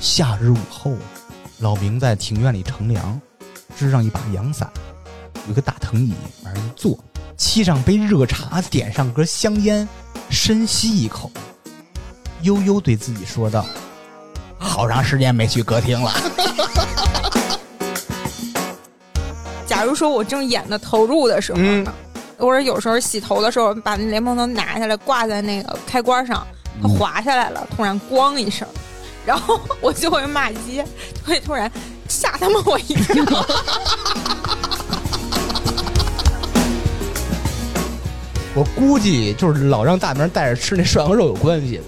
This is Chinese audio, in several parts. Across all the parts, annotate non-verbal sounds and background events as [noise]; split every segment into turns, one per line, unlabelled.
夏日午后，老明在庭院里乘凉，支上一把阳伞，有一个大藤椅往上一坐，沏上杯热茶，点上根香烟，深吸一口，悠悠对自己说道：“好长时间没去歌厅了。
假如说我正演的投入的时候
嗯
呢，或者有时候洗头的时候，把那莲蓬头拿下来挂在那个开关上，它滑下来
嗯
了，突然咣一声，然后我就会骂街，就会突然吓他妈我
[laughs]
一跳。
我估计就是老让大明带着吃那涮羊肉有关系。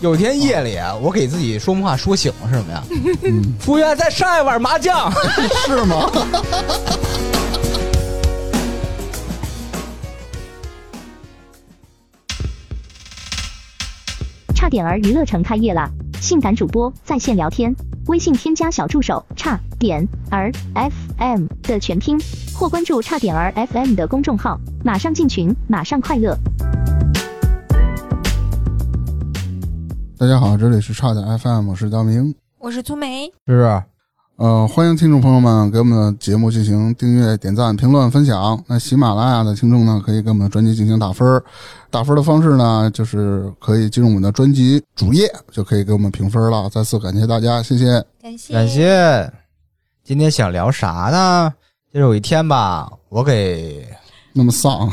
有一天夜里啊，我给自己说梦话说醒了是 [laughs] 什么呀？服务员，再上一碗麻 [laughs] 酱。
是吗？
差点儿娱乐城开业啦！性感主播在线聊天，微信添加小助手差点儿 FM 的全拼，或关注差点儿 FM 的公众号，马上进群，马上快乐。
大家好，这里是差点 FM，我是大明。
我是粗梅，
是不啊是？
呃，欢迎听众朋友们给我们的节目进行订阅、点赞、评论、分享。那喜马拉雅的听众呢，可以给我们的专辑进行打分儿。打分的方式呢，就是可以进入我们的专辑主页，就可以给我们评分了。再次感谢大家，谢谢。
感谢
感谢。今天想聊啥呢？就是有一天吧，我给
那么丧，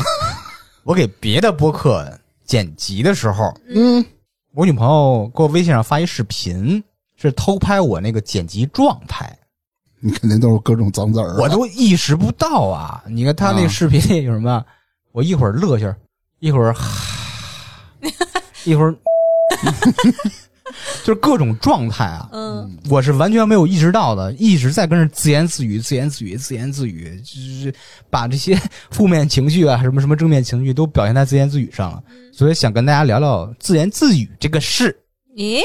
我给别的播客剪辑的时候，
嗯，
我女朋友给我微信上发一视频，是偷拍我那个剪辑状态，
你肯定都是各种脏字儿啊。
我都意识不到啊！你看她那
啊
视频里有什么？我一会儿乐下，一会儿 [laughs] 哈，一会儿， [laughs] 就是各种状态啊。
嗯，
我是完全没有意识到的，一直在跟着自言自语、自言自语、自言自语，就是把这些负面情绪啊、什么什么正面情绪都表现在自言自语上了。
嗯
所以想跟大家聊聊自言自语这个事。
咦，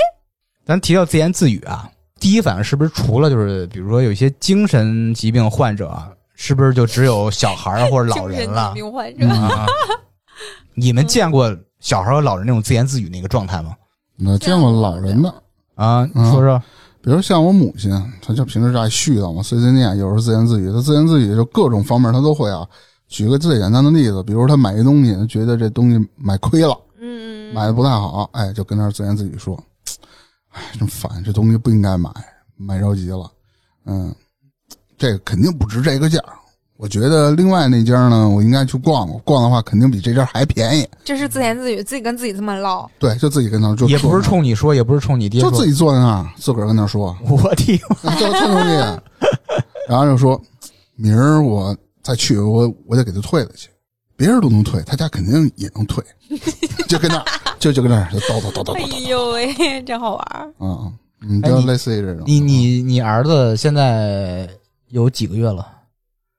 咱提到自言自语啊，第一反应是不是除了就是比如说有一些精神疾病患者啊，是不是就只有小孩儿或者老
精神
人
疾
了？
病患者， [laughs]
嗯，
啊，你们见过小孩儿和老人那种自言自语那个状态吗？
我见过老人的，
啊，你说
嗯
说，
比如像我母亲，她就平时爱絮叨嘛，碎碎念，有时候自言自语，她自言自语就各种方面她都会啊。举个最简单的例子，比如她买一东西，她觉得这东西买亏了，
嗯，
买的不太好，哎，就跟那儿自言自语说：“哎，真烦，这东西不应该买，买着急了。嗯，这个肯定不值这个价儿。我觉得另外那家呢，我应该去逛逛，逛的话肯定比这家还便
嗯
宜。
这是自言自语，自己跟自己这么唠，
对，就自己跟那儿就
也不
坐
是
那儿
冲你说，也不是冲你爹
就
说，
自己坐在那儿，自个儿跟那儿说，
[laughs] 我的
就就冲这个，然后就说明儿我再去，我我得给他退了去。别人都能退，他家肯定也能退，就跟那儿就就跟那儿就叨叨叨叨
哎
叨叨
呦喂，真好玩
[laughs]
儿，
啊，嗯，
哎
就
你
类似于这种。
你你你儿子现在有几个月了？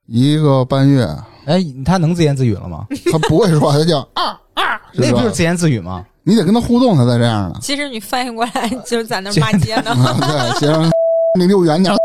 一个半月，
哎，他能自言自语了吗？
他不会说，他叫啊啊，
那 [laughs] 不就是是
吧
自言自语吗？
你得跟他互动，他才这样
[laughs]
呢。
其实你翻译过来就是在那儿骂街
[laughs]
呢。
啊对，先让你离我远点儿。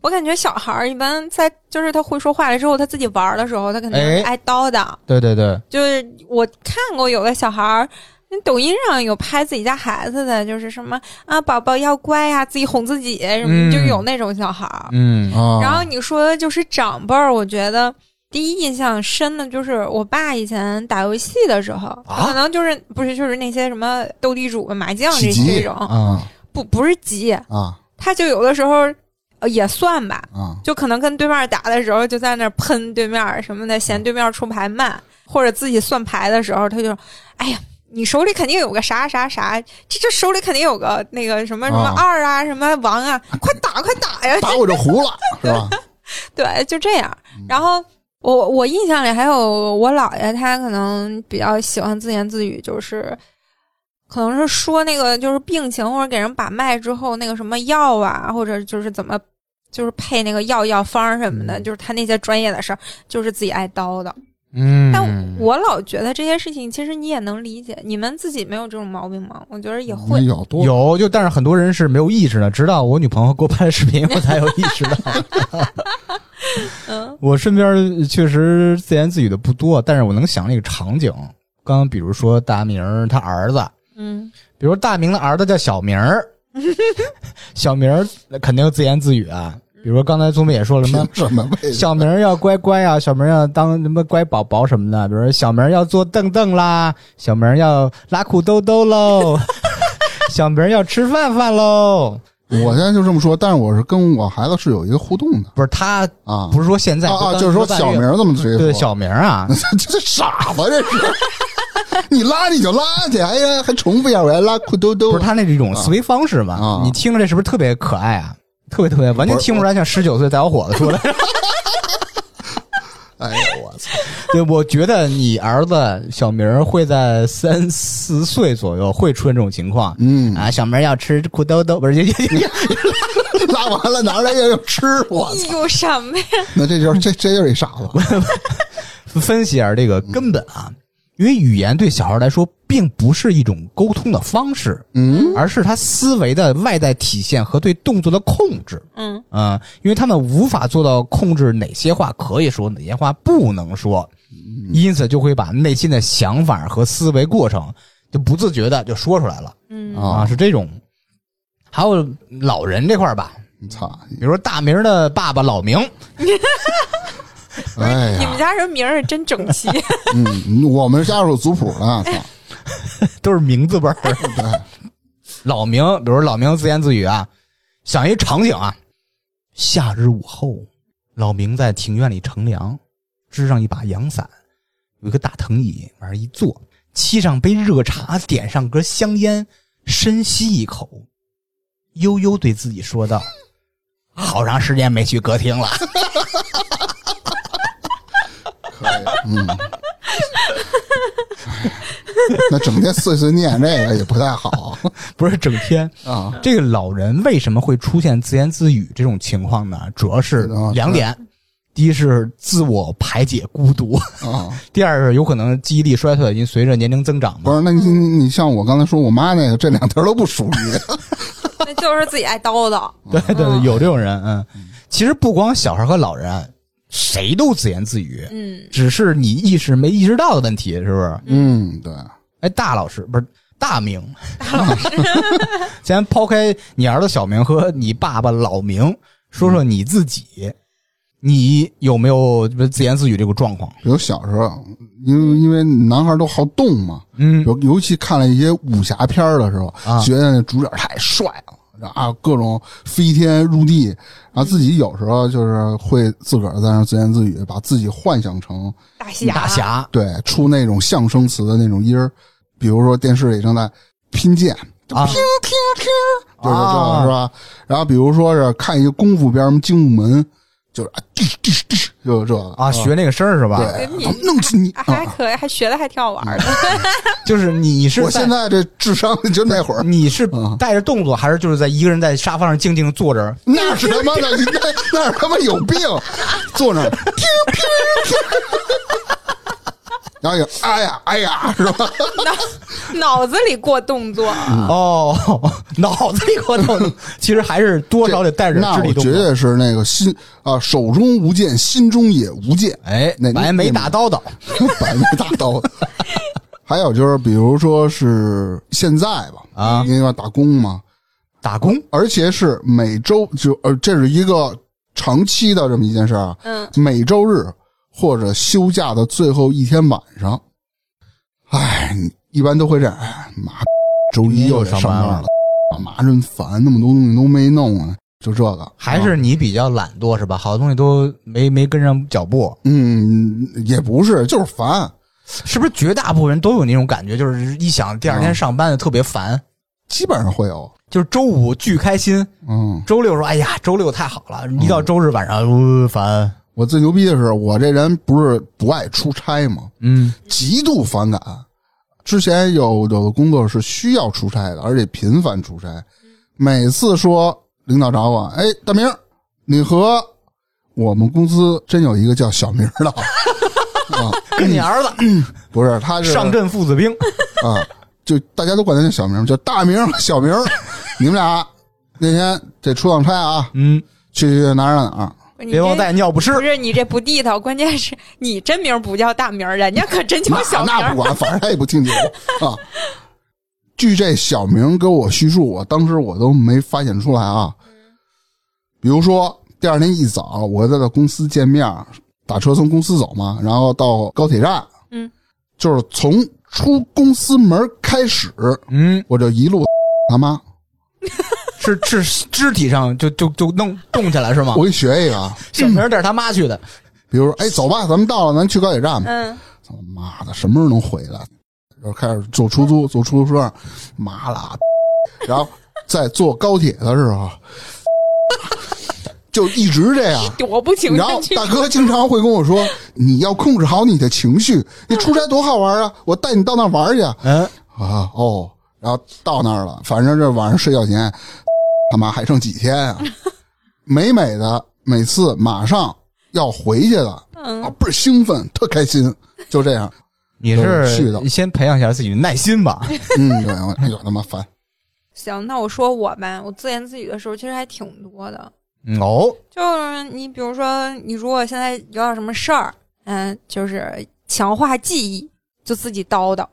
我感觉小孩儿一般在就是他会说话了之后，他自己玩儿的时候，他肯定
哎
爱叨叨。
对对对，
就是我看过有的小孩儿，那抖音上有拍自己家孩子的，就是什么啊，宝宝要乖呀、自己哄自己什么，
嗯
就有那种小孩儿。
嗯
啊，
然后你说就是长辈儿，我觉得第一印象深的就是我爸以前打游戏的时候，
啊
可能就是不是就是那些什么斗地主、麻将这
起急
这种，
啊，
不不是急，
啊
他就有的时候呃也算吧，
啊，
就可能跟对面打的时候就在那儿喷对面儿什么的，嫌对面儿出牌慢，或者自己算牌的时候，他就，哎呀，你手里肯定有个啥啥啥，这这手里肯定有个那个什么什么
啊
二啊，什么王啊，快打快打呀！
打我就糊了，是吧？
对，就这样。
嗯
然后我我印象里还有我姥爷，他可能比较喜欢自言自语，就是。可能是说那个就是病情，或者给人把脉之后那个什么药啊，或者就是怎么就是配那个药药方儿什么的，
嗯
就是他那些专业的事儿，就是自己爱叨叨。
嗯
但我老觉得这些事情，其实你也能理解。你们自己没有这种毛病吗？我觉得也会
你。有多
有，就但是很多人是没有意识的，直到我女朋友给我拍的视频，我才有意识到。
[laughs] 嗯
我身边确实自言自语的不多，但是我能想那个场景。刚刚比如说大明儿他儿子，
嗯
比如大明的儿子叫小明儿，小明儿肯定自言自语啊。比如说刚才聪明也说了什
[laughs]
么
凭什么为什么？
小明儿要乖乖啊，小明儿要当什么乖宝宝什么的，比如说小明儿要坐凳凳啦，小明儿要拉裤兜兜喽， [laughs] 小明儿要吃饭饭喽。
我现在就这么说，但是我是跟我孩子是有一个互动的
不是他，
啊，
不是说现在，
啊啊，
刚
就是说
半
小
月
名儿这么直接
对
说，，
小明儿啊
[laughs] 这这傻吧这是？ [laughs] 你拉你就拉去，哎呀，还重复一下，我还拉裤兜兜。
不是他那这种
啊
思维方式嘛？
啊
你听着这是不是特别可爱啊？特别特别，完全
不是
听不出来像十九岁大小伙子
[laughs]
说的。
哎呀，我操！ [laughs]
对，我觉得你儿子小明儿会在三四岁左右会出现这种情况。
嗯，
啊，小明儿要吃裤兜兜，不是 [laughs]
拉完了拿出来又要吃，我操！
[laughs] 有什么呀？
那这就是这这就是一傻子。
分析一下这个根本啊，因为语言对小孩来说并不是一种沟通的方式，
嗯，
而是他思维的外在体现和对动作的控制。
嗯
嗯、因为他们无法做到控制哪些话可以说，哪些话不能说，因此就会把内心的想法和思维过程就不自觉的就说出来了
嗯
啊，
啊，
是这种。还有老人这块儿吧，
你操！
比如说大明儿的爸爸老明，
哎
你们
呀，
家人名儿真整齐， [laughs]
嗯，我们家属族谱了，操！
都是名字辈儿。老明，比如老明自言自语啊，想一场景啊，夏日午后，老明在庭院里乘凉，支上一把阳伞，有一个大藤椅，往上一坐，沏上杯热茶，点上根香烟，深吸一口，悠悠对自己说道：“好长时间没去歌厅了。
可以，嗯。那整天碎碎念这个也不太
[laughs]
好”
不是整天，
啊。
这个老人为什么会出现自言自语这种情况呢？主要是两点，第一是自我排解孤独， [laughs]
啊，
第二是有可能记忆力衰退，因为随着年龄增长
不
嘛。
是，那你你你像我刚才说我妈那个，这两条都不属于。
那就是自己爱叨叨。
对对对，有这种人，嗯，其实不光小孩和老人，谁都自言自语，
嗯
只是你意识没意识到的问题，是不是？
嗯，对，
哎，大老师不是大明，大老师， [laughs] 先抛开你儿子小明和你爸爸老明，说说你自己，你有没有自言自语这个状况？
比如小时候，因为因为男孩都好动嘛，
嗯，
尤尤其看了一些武侠片儿的时候，
啊
觉得那主角太帅了。然后啊，各种飞天入地，然后自己有时候就是会自个儿在那儿自言自语，把自己幻想成
大侠，
大，侠，
对出那种象声词的那种音儿，比如说电视里正在拼剑，
啊，
就是这种、
啊
是吧？然后比如说是看一个功夫片儿，什么精武门，就是啊，滴滴滴，就是这个
啊，学那个声儿是吧？
对，他们弄死你！
还
啊
可以，还学的还挺好玩的。
就是你是
我现在这智商就那会儿，
你是
嗯
带着动作，还是就是在一个人在沙发上静静坐着？
那是他妈的，那那是他妈有病，坐那儿，听听听，然后有哎呀哎呀是吧？
脑脑子里过动作，
嗯
哦，脑子里活动， [laughs] 其实还是多少得带着
那
肢
我
体动
绝
作。
对是那个心啊，手中无剑，心中也无剑， [laughs]
哎，
那
白眉大叨叨，
百媚大刀。还有就是，比如说是现在吧，
啊
因为要打工嘛，
打工
而且是每周就呃，这是一个长期的这么一件事儿啊，
嗯，
每周日或者休假的最后一天晚上，哎，你一般都会这样，哎妈，周一又得上班了，妈真烦，那么多东西都没弄啊，就这个，
还是你比较懒惰是吧？好多东西都没没跟上脚步，
嗯，也不是，就是烦。
是不是？绝大部分人都有那种感觉，就是一想第二天上班就特别烦，
基本上会有，
就是周五巨开心，
嗯，
周六说哎呀周六太好了，一到周日晚上呃烦，
我最牛逼的是，我这人不是不爱出差吗？
嗯
极度反感。之前有有的工作是需要出差的，而且频繁出差。每次说领导找我，哎，大明儿，你和我们公司真有一个叫小明儿的， [laughs]
跟你儿子
不是，他是
上阵父子兵，
啊，就大家都管他叫小明儿，叫大明
[laughs]
儿、小明儿，你们俩那天得出趟差啊，
嗯，
去去去哪儿啊哪儿哪儿。
你
别忘
这
带尿不湿
不。是你这不地道，关键是你真 [laughs] 名不叫大名儿，人家可真叫
那
小名
那
儿
不。管，反正他也不听节目啊。 [laughs] 据这小明给我叙述，我当时我都没发现出来啊。比如说第二天一早，我在他公司见面，打车从公司走嘛，然后到高铁站，
嗯，
就是从出公司门开始，
嗯，
我就一路 [laughs] 他妈，
是是肢体上就就就弄动起来是吗
我？给你学一个啊，
小明儿这是他妈去的，
比如说，哎，走吧，咱们到了，咱去高铁站吧。
嗯，
操妈的，什么时候能回来？然后开始坐出租，坐出租车，麻了，然后在坐高铁的时候，就一直这 [laughs] 样。
我不情
然后大哥经常会跟我说：“你要控制好你的情绪，你出差多好玩啊！我带你到那儿玩去啊
嗯，！”
哦，然后到那儿了，反正这晚上睡觉前，他妈还剩几天啊？美美的，每次马上要回去了，啊
嗯，，
倍儿兴奋，特开心，就这样。
你
有趣
是
的
你先培养一下自己的耐心吧。
嗯，对，我哎呦他妈烦，
行，那我说我吧，我自言自语的时候其实还挺多的，
嗯哦，
就是你比如说，你如果现在有点什么事儿，嗯，就是强化记忆，就自己叨叨，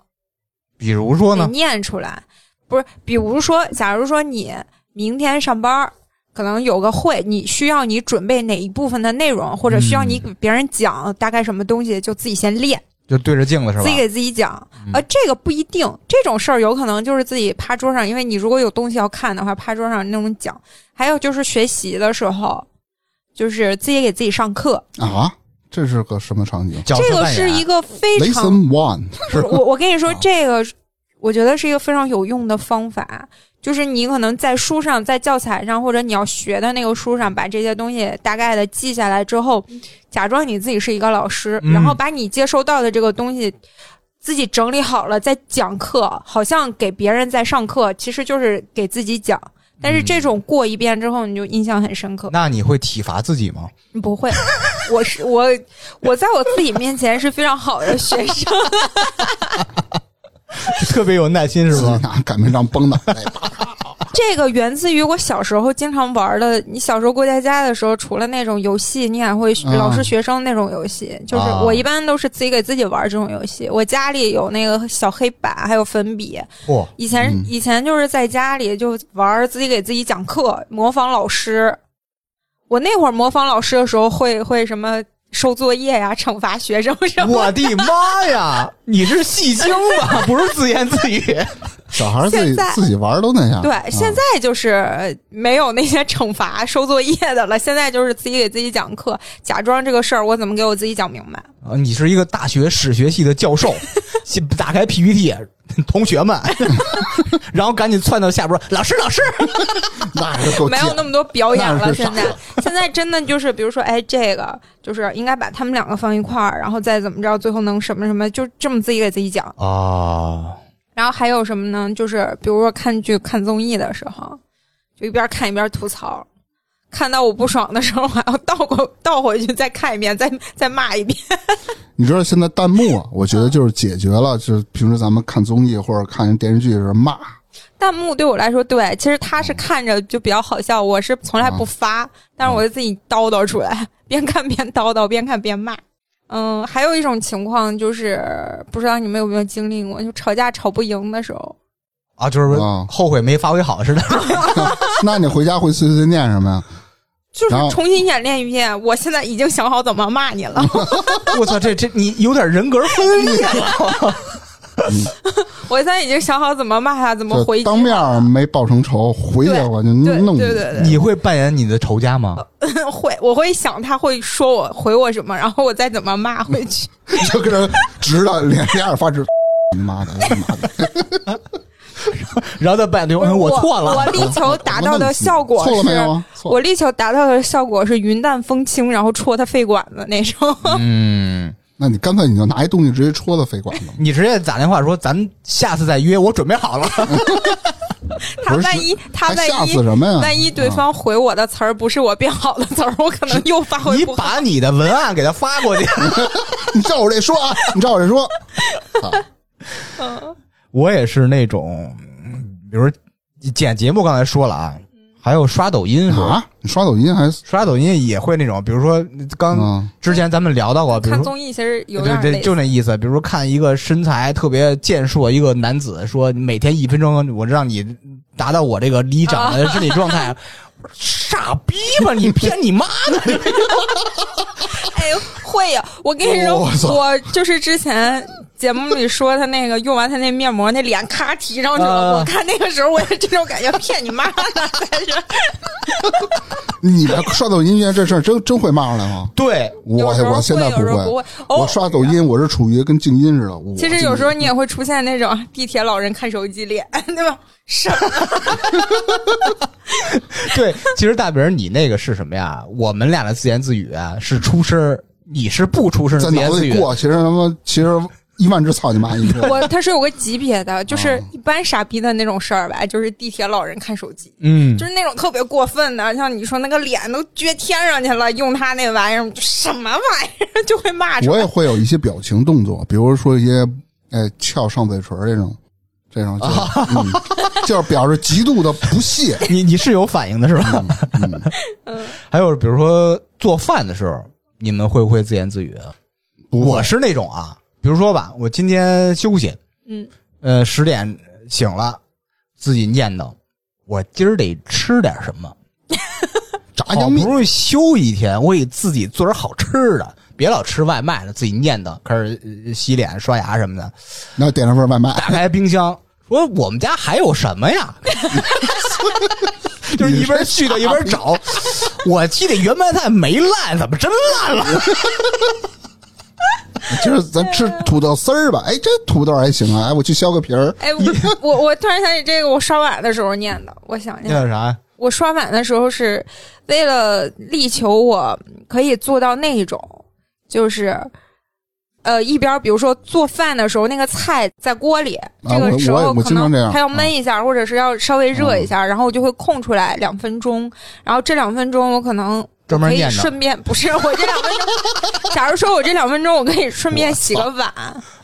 比如说
得
呢，
念出来。不是，比如说，假如说你明天上班儿，可能有个会，你需要你准备哪一部分的内容，或者需要你
嗯
给别人讲大概什么东西，就自己先练，
就对着镜子是吧
自己？给自己讲。
嗯
呃，这个不一定，这种事儿有可能就是自己趴桌上，因为你如果有东西要看的话，趴桌上那种讲。还有就是学习的时候，就是自己给自己上课，
啊！这是个什么场景？
角色
这个
扮演
是一个非
雷
常
森 One
不是我我跟你说
啊，
这个我觉得是一个非常有用的方法，就是你可能在书上、在教材上，或者你要学的那个书上，把这些东西大概的记下来之后，假装你自己是一个老师，
嗯
然后把你接收到的这个东西。自己整理好了再讲课，好像给别人在上课，其实就是给自己讲。但是这种过一遍之后，你就印象很深刻。 [laughs]
那你会体罚自己吗？ [laughs]
你不会，我是我，我在我自己面前是非常好的学生。
特别有耐心是吗？
拿擀面杖崩脑袋，
这个源自于我小时候经常玩的。你小时候过家家的时候，除了那种游戏，你还会学
啊
老师学生那种游戏。就是
啊
我一般都是自己给自己玩这种游戏。我家里有那个小黑板，还有粉笔。
不、
以前、
嗯
以前就是在家里就玩，自己给自己讲课，模仿老师。我那会儿模仿老师的时候会，会什么收作业呀、惩罚学生什么。
我的妈 [laughs] 呀！你是戏精吧？ [laughs] 不是自言自语。
小孩自己
现在
自己玩都那样。
对，
啊
现在就是没有那些惩罚、收作业的了，现在就是自己给自己讲课，假装这个事儿我怎么给我自己讲明白。
啊，你是一个大学史学系的教 [laughs] 授，先打开 PPT，同学 [laughs] 们，然后赶紧窜到下边，老师，老师，
那是够
没有那
么
么多表演
哦那
了。
是
现在现在真的就是，比如说，哎，这个就是应该把他们两个放一块儿，然后再怎么着，最后能什么什么，就这么自己给自己讲。
啊，
然后还有什么呢？就是比如说看剧、看综艺的时候，就一边看一边吐槽。看到我不爽的时候，我还要倒过倒回去再看一遍，再再骂一遍。
你知道现在弹幕啊，我觉得就是解决了，就是平时咱们看综艺或者看电视剧的时候骂，
弹幕对我来说，对，其实他是看着就比较好笑，我是从来
啊
不发，但是我就自己叨叨出来， [laughs] 边看边叨叨，边看边骂。嗯，还有一种情况就是，不知道你们有没有经历过，就吵架吵不赢的时候，
啊，就是
啊
后悔没发挥好 [laughs] 似的。
那你回家会碎碎念什么呀？
就是
然后
重新演练一遍。我现在已经想好怎么骂
[laughs]
你了，
我操，这这你有点人格分裂 [laughs] 了。
我现在已经想好怎么骂他，怎么
就
回击。
当面没报成仇，回去我就
对
弄
对
你。
对对
你会扮演你的仇家吗？
对， [laughs] 会我会想他会说我回我什么，然后我再怎么骂回去。
就跟这直的脸俩眼发直，你妈的，你妈的，
然后再扮演
哎
对方，嗯我错
我
了。
力求达到的效果
错了没有
是
啊，错了
我力求达到的效果是云淡风轻，然后戳他肺管子那
[laughs]
种。
嗯，
那你干脆你就拿一东西直接戳他肺管子。
你直接打电话说，咱下次再约，我准备好了。
他
不是
万一他
还
万
吓死
一
什么呀？
万一对方回我的词儿不是我编好的词儿， [laughs] 我可能又发挥
你
不好。
把你的文案给他发过 [laughs] 去。
你照我这说啊，你照我
[laughs]
这说，
我也是那种，嗯比如说剪节目，刚才说了啊，还有刷抖音时候，
啊，你刷抖音还
刷抖音也会那种，比如说刚
啊
之前咱们聊到过，比如
[laughs] 看
说
嗯
综艺其实有
对
点
对，
类
就
似，
那意思。比如看一个身材特别健硕一个男子，说每天一分钟，我让你达到我这个理想
啊
的身体状态。 [laughs] 我说傻逼吧，你骗你妈呢！
[laughs] 哎呦，会呀！我跟你说，
哦我操
我就是之前节目里说他那个用完他那面膜，那脸咔提上去了。
啊
我看那个时候，我也这种感觉，骗你妈呢！在这
你们刷抖音这这事儿真真会骂上来吗？
对，
[laughs] 我
有时候
我现在
会有时候不
会
会，偶
我
尔
刷抖音我是处于跟静音似的。我
其实
静
有
音
时候你也会出现那种地铁老人看手机脸，对
[laughs]
吧？是
对，其实大饼儿，你那个是什么呀？我们俩的自言自语啊，是出声儿，你是不出声儿
在
的自
脑
言
子
自
里
语。
过，其实他妈其实一万只操你妈一个。
我，他是有个级别的，就是一般傻逼的那种事儿吧，就是地铁老人看手机，
嗯
就，是那种特别过分的，像你说那个脸都撅天上去了，用他那玩意儿，什么玩意儿就会骂出
我也
来。
会有一些表情动作，比如说一些哎翘上嘴唇儿这种，
[laughs]
这种就是、嗯、就是表示极度的不屑。
你你是有反应的是吧？
嗯，
还有比如说做饭的时候，你们会不会自言自语？啊
不会
我是那种啊，比如说吧，我今天休息，
嗯，
呃，十点醒了，自己念叨，我今儿得吃点什么。
炸
好
酱
哦不
面，
容易休一天，我给自己做点好吃的，别老吃外卖了，自己念叨，开始呃洗脸、刷牙什么的。
那点了份外卖，
打开冰箱，说我们家还有什么 [laughs] 呀？就是一边去的一边找，我记得圆白菜没烂，怎么真烂了？
今儿咱吃
啊
土豆丝儿吧。哎，这土豆还行啊。哎，我去削个皮儿。
哎，我我我突然想起这个，我刷碗的时候念的，我想
那
想，
叫啥？
我刷碗的时候是为了力求我可以做到那一种，就是。呃，一边儿比如说做饭的时候，那个菜在锅里，这
啊我
个时
我
候
我
可
经
能
常这样嗯
它要焖一下，或者是要稍微热一下，然后我就会空出来两分钟，然后这两分钟我可能
专门
可以
念叨
顺便不是我这两分钟， [laughs] 假如说我这两分钟我可以顺便洗个碗，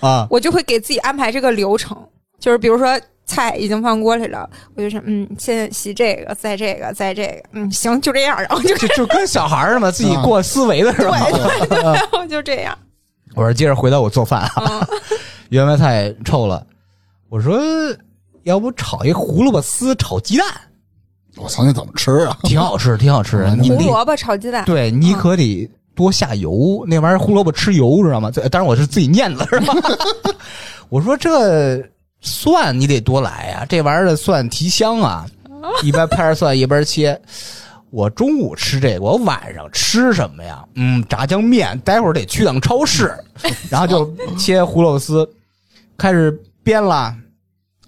啊，
我就会给自己安排这个流程，就是比如说菜已经放锅里了，我就是嗯，先洗这个，再这个，再这个，嗯，行，就这样，然后就
就就跟小孩儿似的，自己过思维的是吧？
然
啊
后 [laughs] 就这样，
我说接着回到我做饭啊，
嗯，
圆白菜臭了，我说要不炒一胡萝卜丝炒鸡蛋，
我操，那怎么吃啊？
[laughs] 挺好吃，挺好
[laughs]
吃的。你
胡
你
嗯萝卜嗯炒鸡蛋，
对你可得多下油，那玩意儿胡萝卜吃油知道吗？这当然我是自己念的，是吧？ [laughs] 我说这蒜你得多来呀、这玩意儿的蒜提香
[laughs]
啊，一边拍着蒜一边切。我中午吃这个，我晚上吃什么呀？嗯，炸酱面，待会儿得去趟超
[laughs]
市，然后就切胡萝卜丝，开始煸了，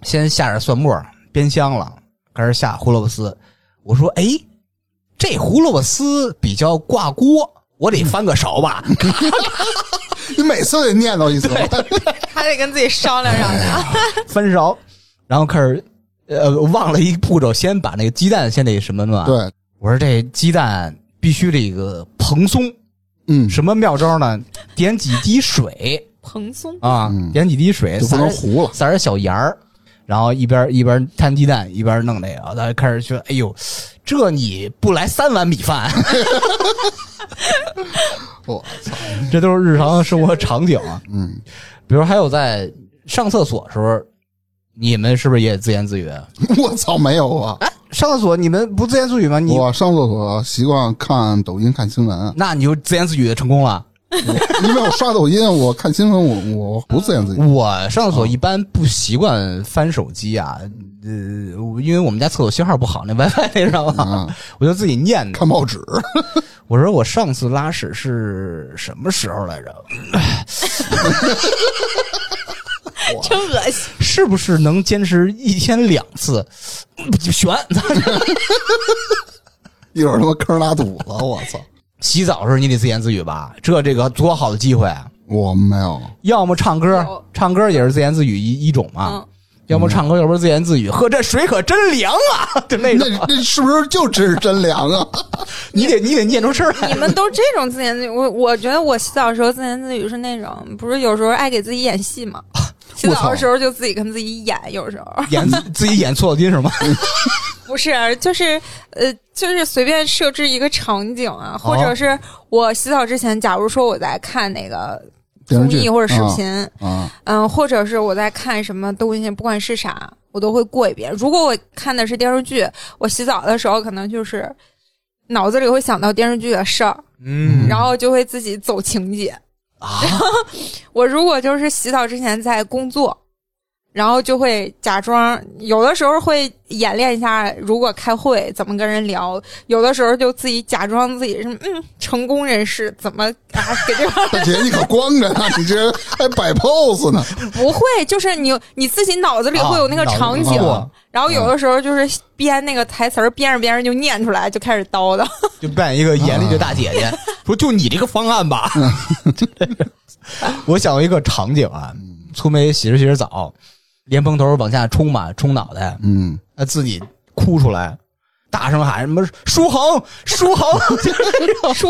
先下点蒜末，煸香了，开始下胡萝卜丝。我说，哎，这胡萝卜丝比较挂锅，我得翻个勺吧。
嗯你每次得念叨一次。
还得跟自己商量
[laughs]
商量，
翻勺，然后开始，呃，忘了一步骤，先把那个鸡蛋先得什么
啊
嘛？，
对，
我说这鸡蛋必须这个蓬松，
嗯，
什么妙招呢？点几滴水
蓬松，
啊，点几滴水，
嗯就不
撒
能
点
糊了。
撒点小盐儿，然后一边一边摊鸡蛋，一边弄那个，大家开始说：“哎呦，这你不来三碗米饭，
我操，
[laughs] 这都是日常生活场景啊。”
嗯，
比如还有在上厕所的时候，你们是不是也自言自语？啊
我操，没有啊。
哎
上厕所你们不自言自语吗？你
我上厕所习惯看抖音、看新闻，啊
那你就自言自语的成功了。
因为我刷抖音，我看新闻，我我不自言自语。
我上厕所一般不习惯翻手机啊，呃，因为我们家厕所信号不好，那 WiFi 那上嘛，
啊，
[laughs] 我就自己念叨。
看报纸，
我说我上次拉屎是什么时候来着？
[laughs] 真恶心，
是不是能坚持一天两次？悬。
一会儿他妈坑拉肚子，我操！
洗澡的时候你得自言自语吧？这这个多好的机会啊！
我没有，
要么唱歌
有，
唱歌也是自言自语一一种嘛。
啊
嗯，
要么唱歌，要不然自言自语。呵，这水可真凉啊！就
哎
那
那
种，
那是不是就真是真凉啊？
你得你得念出声儿来
你。们都这种自言自语，我我觉得我洗澡的时候自言自语是那种，不是有时候爱给自己演戏嘛，洗
[laughs] 我
澡
操
的时候就自己跟自己演，有时候
演自己演错了音是吗？
不是，就是呃，就是随便设置一个场景啊，或
哦
者是我洗澡之前，假如说我在看那个
电
综
视剧
艺或者视频，
啊，
嗯，或者是我在看什么东西，不管是啥，我都会过一遍。如果我看的是电视剧，我洗澡的时候可能就是脑子里会想到电视剧的事儿，
嗯
然后就会自己走情节。
啊，
[laughs] 我如果就是洗澡之前在工作，然后就会假装，有的时候会演练一下，如果开会怎么跟人聊，有的时候就自己假装自己是嗯成功人士，怎么啊给这帮
大姐你可光着呢，你这还摆 pose 呢，
[laughs] 不会，就是你你自己脑子里会有那个场景，
啊脑子里
然后有的时候就是编那个台词儿，编着编着就念出来，就开始叨 [laughs] 叨。
就扮一个严厉的大姐姐，说就你这个方案吧。 [laughs] 我想到一个场景啊，粗眉洗着洗着澡，莲蓬头往下冲吧，冲脑袋，
嗯，
她自己哭出来，大声喊什么“舒恒，舒恒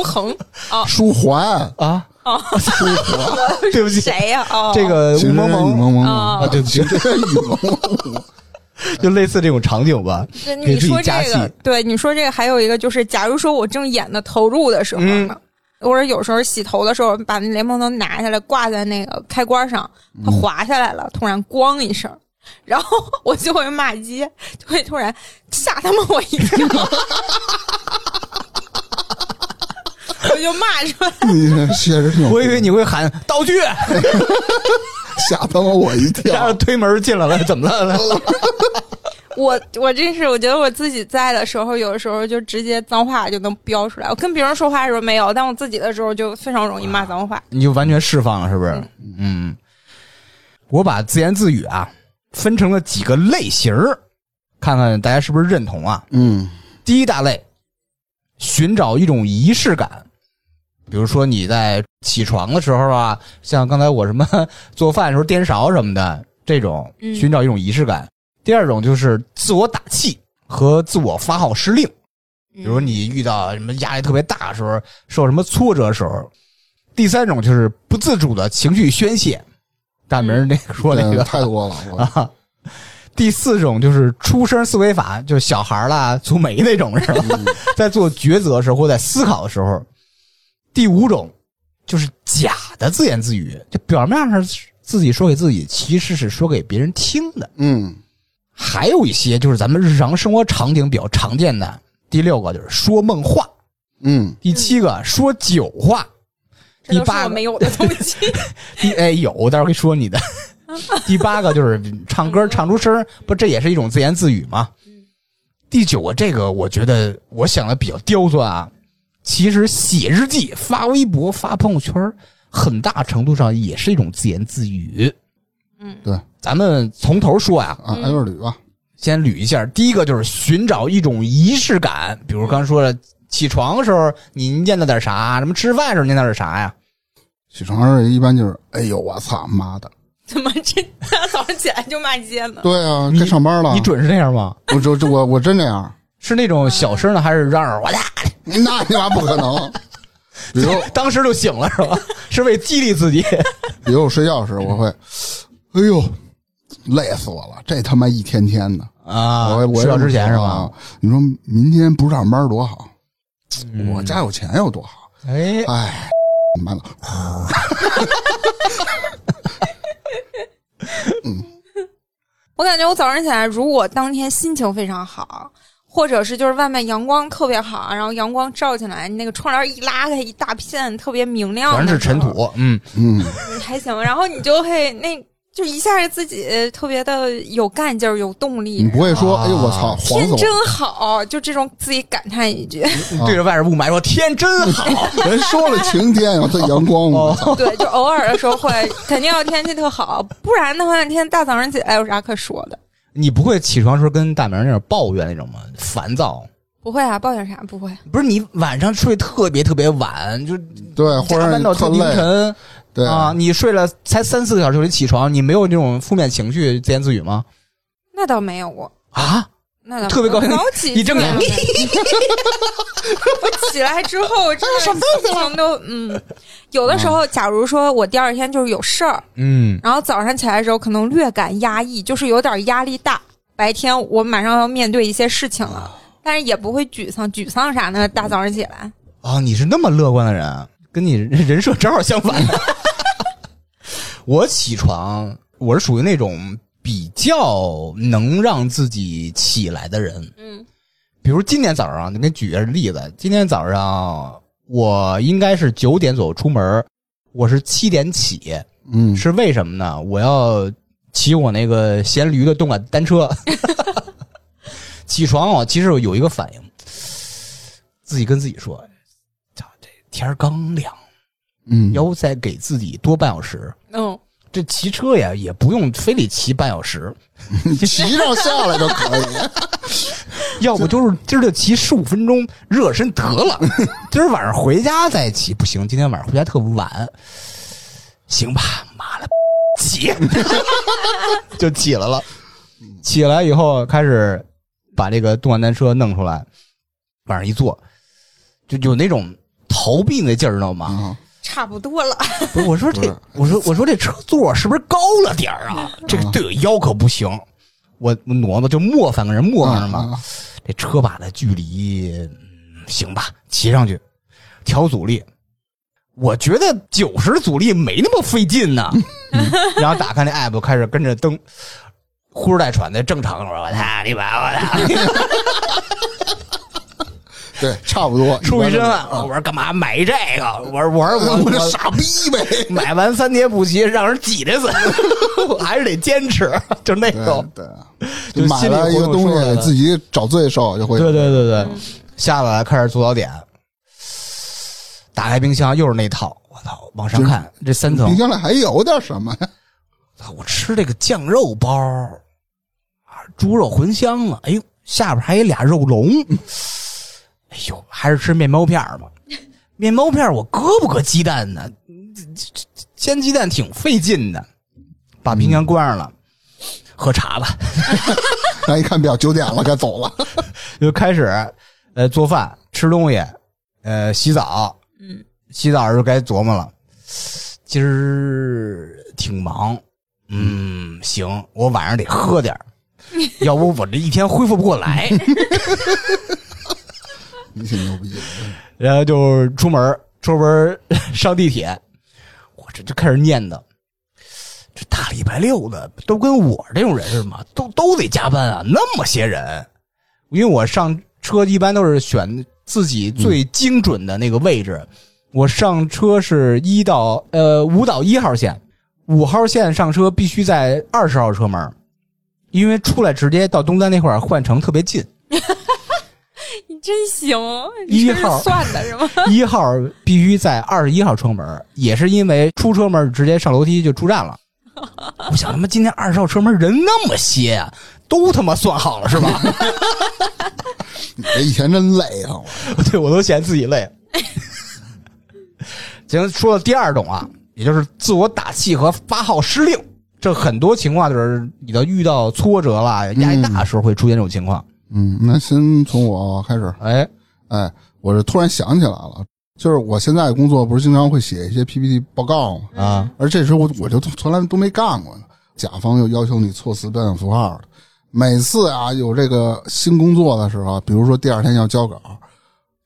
舒恒，
舒缓”，
[laughs] 啊！
舒
[laughs]
缓，
对不起
谁呀、哦，
这个
情
吴
深
萌
雨
萌
蒙蒙
啊
啊，对不起，就类似这种场景吧。
对
给
你
自己
说这
加
个
戏，
对你说这个，还有一个就是，假如说我正演的投入的时候
嗯
呢，或者有时候洗头的时候，把那莲蓬头拿下来挂在那个开关上，它
嗯
滑下来了，突然咣一声，然后 [laughs] 我就会骂街，就会突然吓他们我一跳， [laughs] 我就骂出来。
[laughs] 你这确实挺有
我以为你会喊道具，
吓他妈我一
[laughs] 然后
跳，
推门进来了，怎么了？ [laughs] 来
我我真是，我觉得我自己在的时候，有的时候就直接脏话就能飙出来。我跟别人说话的时候没有，但我自己的时候就非常容易骂脏话。
你就完全释放了，是不是？嗯，我把自言自语啊分成了几个类型儿看看大家是不是认同啊？ [laughs]
嗯
第一大类，寻找一种仪式感，比如说你在起床的时候啊，像刚才我什么做饭的时候颠勺什么的这种，
嗯
寻找一种仪式感。第二种就是自我打气和自我发号施令。比
比
如你遇到什么压力特别大的时候，受什么挫折的时候。第三种就是不自主的情绪宣泄，大明儿那个说那
对
个
太多了，我
啊。第四种就是出生思维法，就是小孩儿啦、粗眉那种是吧？ [laughs] 在做抉择的时候或在思考的时候。第五种就是假的自言自语，就表面上是自己说给自己，其实是说给别人听的。
嗯
还有一些就是咱们日常生活场景比较常见的。第六个就是说梦话，
嗯
第七个说酒话，
这
第
都是
八
我
个
没有
[laughs]
的东西。
第哎有，我待会儿给你说你的。第八个就是唱歌唱出声儿，不这也是一种自言自语吗？第九个这个我觉得我想的比较刁钻啊，其实写日记、发微博、发朋友圈儿，很大程度上也是一种自言自语。
嗯，
对
咱们从头说呀，
啊，挨个捋吧，
先捋一下，第一个就是寻找一种仪式感，比如刚才说的，起床的时候你念叨点啥，什么吃饭的时候念叨点啥呀？
起床时候一般就是哎呦我操妈的，
怎么这大早上起来就骂街呢？ [laughs]
对啊，该上班了，
你准是这样吗？
我这这我我真这样，
是那种小声的，还是嚷嚷我的？
那你妈不可能。比如
[laughs] 当时就醒了是
[laughs]
吧？是为激励自己？
比如我睡觉时我会，哎呦，累死我了，这他妈一天天的，
啊
我我
睡觉之前是
啊
吧？？
你说明天不上班多好，
嗯
我家有钱有多好，
哎，
哎，妈的，
我感觉我早上起来，如果当天心情非常好，或者是就是外面阳光特别好，啊然后阳光照进来，那个窗帘一拉开，一大片特别明亮，
全是尘，土，嗯，
嗯，
还行。然后你就会那。就一下自己特别的有干劲儿，有动力
你，不会说，
啊
哎呦我操，黄
天
总，
真好，就这种自己感叹
[laughs]
一句，
对着外边雾霾说天真
[laughs]
好，
人说了晴天，我操阳光，我
哦
操，
对，就偶尔的时候会，肯定要天气特好，不然的话，天大早上起来有啥可说的？
你不会起床时候跟大明那种抱怨那种吗？烦躁。
不会啊，抱怨啥不会。
不是你晚上睡特别特别晚，就
对，或
加
者
班
你
到
特
凌
累，
晨，
对
啊，你睡了才三四个小时就得起床，你没有那种负面情绪自言自语吗？
那倒没有过，
啊，
那倒没有
特别高兴
早起
一睁眼
基本上啊 [laughs] 我起来之后，
啊
真的心情都嗯，有的时候，假如说我第二天就是有事儿，
嗯，
然后早上起来的时候可能略感压抑，就是有点压力大。白天我马上要面对一些事情
啊
了，但是也不会沮丧，沮丧啥呢？大早上起来，
啊，你是那么乐观的人，跟你人人设正好相反。 [laughs] 我起床，我是属于那种比较能让自己起来的人。
嗯
比如今天早上，你给你举个例子，今天早上我应该是九点左右出门，我是七点起，
嗯，
是为什么呢？我要骑我那个闲驴的动感单车。 [laughs] 起床啊，其实我有一个反应，自己跟自己说：“操，这天儿刚亮，
嗯，
要不再给自己多半小时。
嗯，
这骑车呀，也不用非得骑半小时，
骑上下来就可
[laughs]
以。
要不就是今儿就骑十五分钟热身得
[laughs]
了，今儿晚上回家再骑不行，今天晚上回家特晚，行吧，妈了，
[laughs]
起就起来了，起来以后开始把这个动感单车弄出来，往上一坐，就有那种逃避那劲儿，知道吗？
啊，
差不多
[laughs]
了，
不是，我说
嗯不
这
是，嗯
我说我说这车座是不是高了点儿啊？这个对我腰可不行，我我挪挪就磨翻个人磨翻着嘛。
啊
这车把的距离、嗯行吧，骑上去，调阻力。我觉得九十阻力没那么费劲
[laughs]
呢、然后打开那 app，开始跟着蹬，呼哧带喘的正常。我说我操你妈！我操！
[laughs] 对，差不多。
出一身
般
汗。我说干嘛买这个？我说我说
都
我
是，我
我
这傻逼呗。
买完三天不骑，让人挤着死， [laughs] 我还是得坚持，就那种。
对，
就
对买了一个东
心里会有说
西，
的
自己找罪受就会。
对对对对，下来开始做早点，打开冰箱又是那套，我操，往上看这三层
冰，箱里还有点什么呀？ [laughs]
操我吃这个酱肉包啊，猪肉茴香啊，哎呦，下边还有俩肉龙，
嗯
哎呦，还是吃面包片儿吧。面包片儿我搁不搁鸡蛋呢？这这这煎鸡蛋挺费劲的，把冰
嗯
箱关上了，喝茶吧。
然后一看表，九点了，该
[laughs]
走了。
就开始呃做饭、吃东西，呃洗澡，
嗯，
洗澡就该琢磨了。今儿挺忙，嗯，行，我晚上得喝点儿要不我这一天恢复不过来。
你挺牛逼的，
然后就出门儿，出门儿 [laughs] 上地铁，我这就开始念叨。这大礼拜六的都跟我这种人似的嘛，都都得加班啊，那么些人，因为我上车一般都是选自己最精准的那个位置，我上车是一到呃五到一号线，五号线上车必须在二十号车门儿，因为出来直接到东单那块儿换乘特别近，
你真行，
一
你这是
号
算的
[laughs]
是吗？
[laughs] 一号必须在二十一号车门，也是因为出车门直接上楼梯就出
[laughs]
站了。我想他妈今天二十号车门人那么些呀、都他妈算好了是
[laughs]
吧？
你这一天真累啊！我
对我都嫌自己
[laughs]
累。行，说到第二种啊，也就是自我打气和发号施令，这很多情况就是你的遇到挫折啦、压力大的时候会出现这种情况。
嗯，那先从我开始。
嗯
哎，
哎，我是突然想起来了，就是我现在工作不是经常会写一些 PPT 报告吗？
啊，
而这时候我我就从来都没干过呢。甲方又要求你措辞标点符号的，每次啊有这个新工作的时候，比如说第二天要交稿，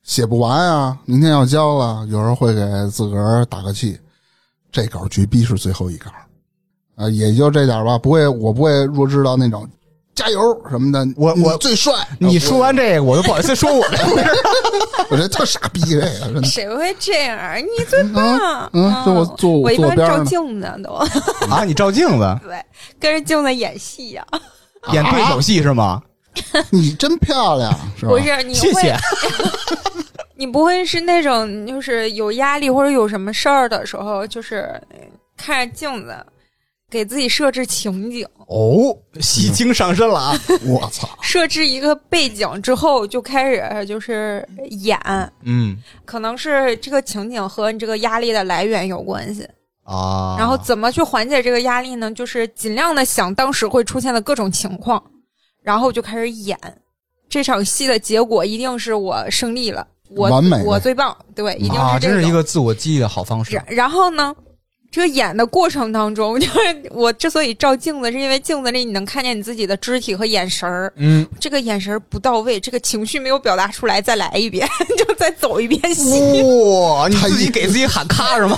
写不完啊，明天要交了，有时候会给自个儿打个气，这稿绝逼是最后一稿，啊，也就这点吧，不会，我不会弱智到那种加油什么的，
我
你
我
最帅，啊
你说完这个，我就不好意思说我这
[laughs]
回事儿。
我这特傻逼这个真的。
谁会这样儿？你最棒！
嗯嗯就我坐我
我一
坐我
般
边上
照
呢
镜子都
啊！你照镜子
对，跟着镜子演戏呀、
演对手戏是吗？
你真漂亮，是吧？
不是你会
谢谢。
你不会是那种就是有压力或者有什么事儿的时候，就是呃看着镜子，给自己设置情景，
哦，戏精上身了啊！
我操，
设置一个背景之后，就开始呃就是演，
嗯
可能是这个情景和你这个压力的来源有关系。
啊，
然后怎么去缓解这个压力呢？就是尽量的想当时会出现的各种情况，然后就开始演这场戏的结果，一定是我胜利了，我
完美
我最棒，对，一定
啊，
是这
真
种。
是一个自我激励的好方式
然然后呢，这个演的过程当中， [laughs] 就是我之所以照镜子，是因为镜子里你能看见你自己的肢体和眼神儿，
嗯，
这个眼神儿不到位，这个情绪没有表达出来，再来一遍， [laughs] 就再走一遍戏。
哇，你
太
自己给自己喊咔是吗？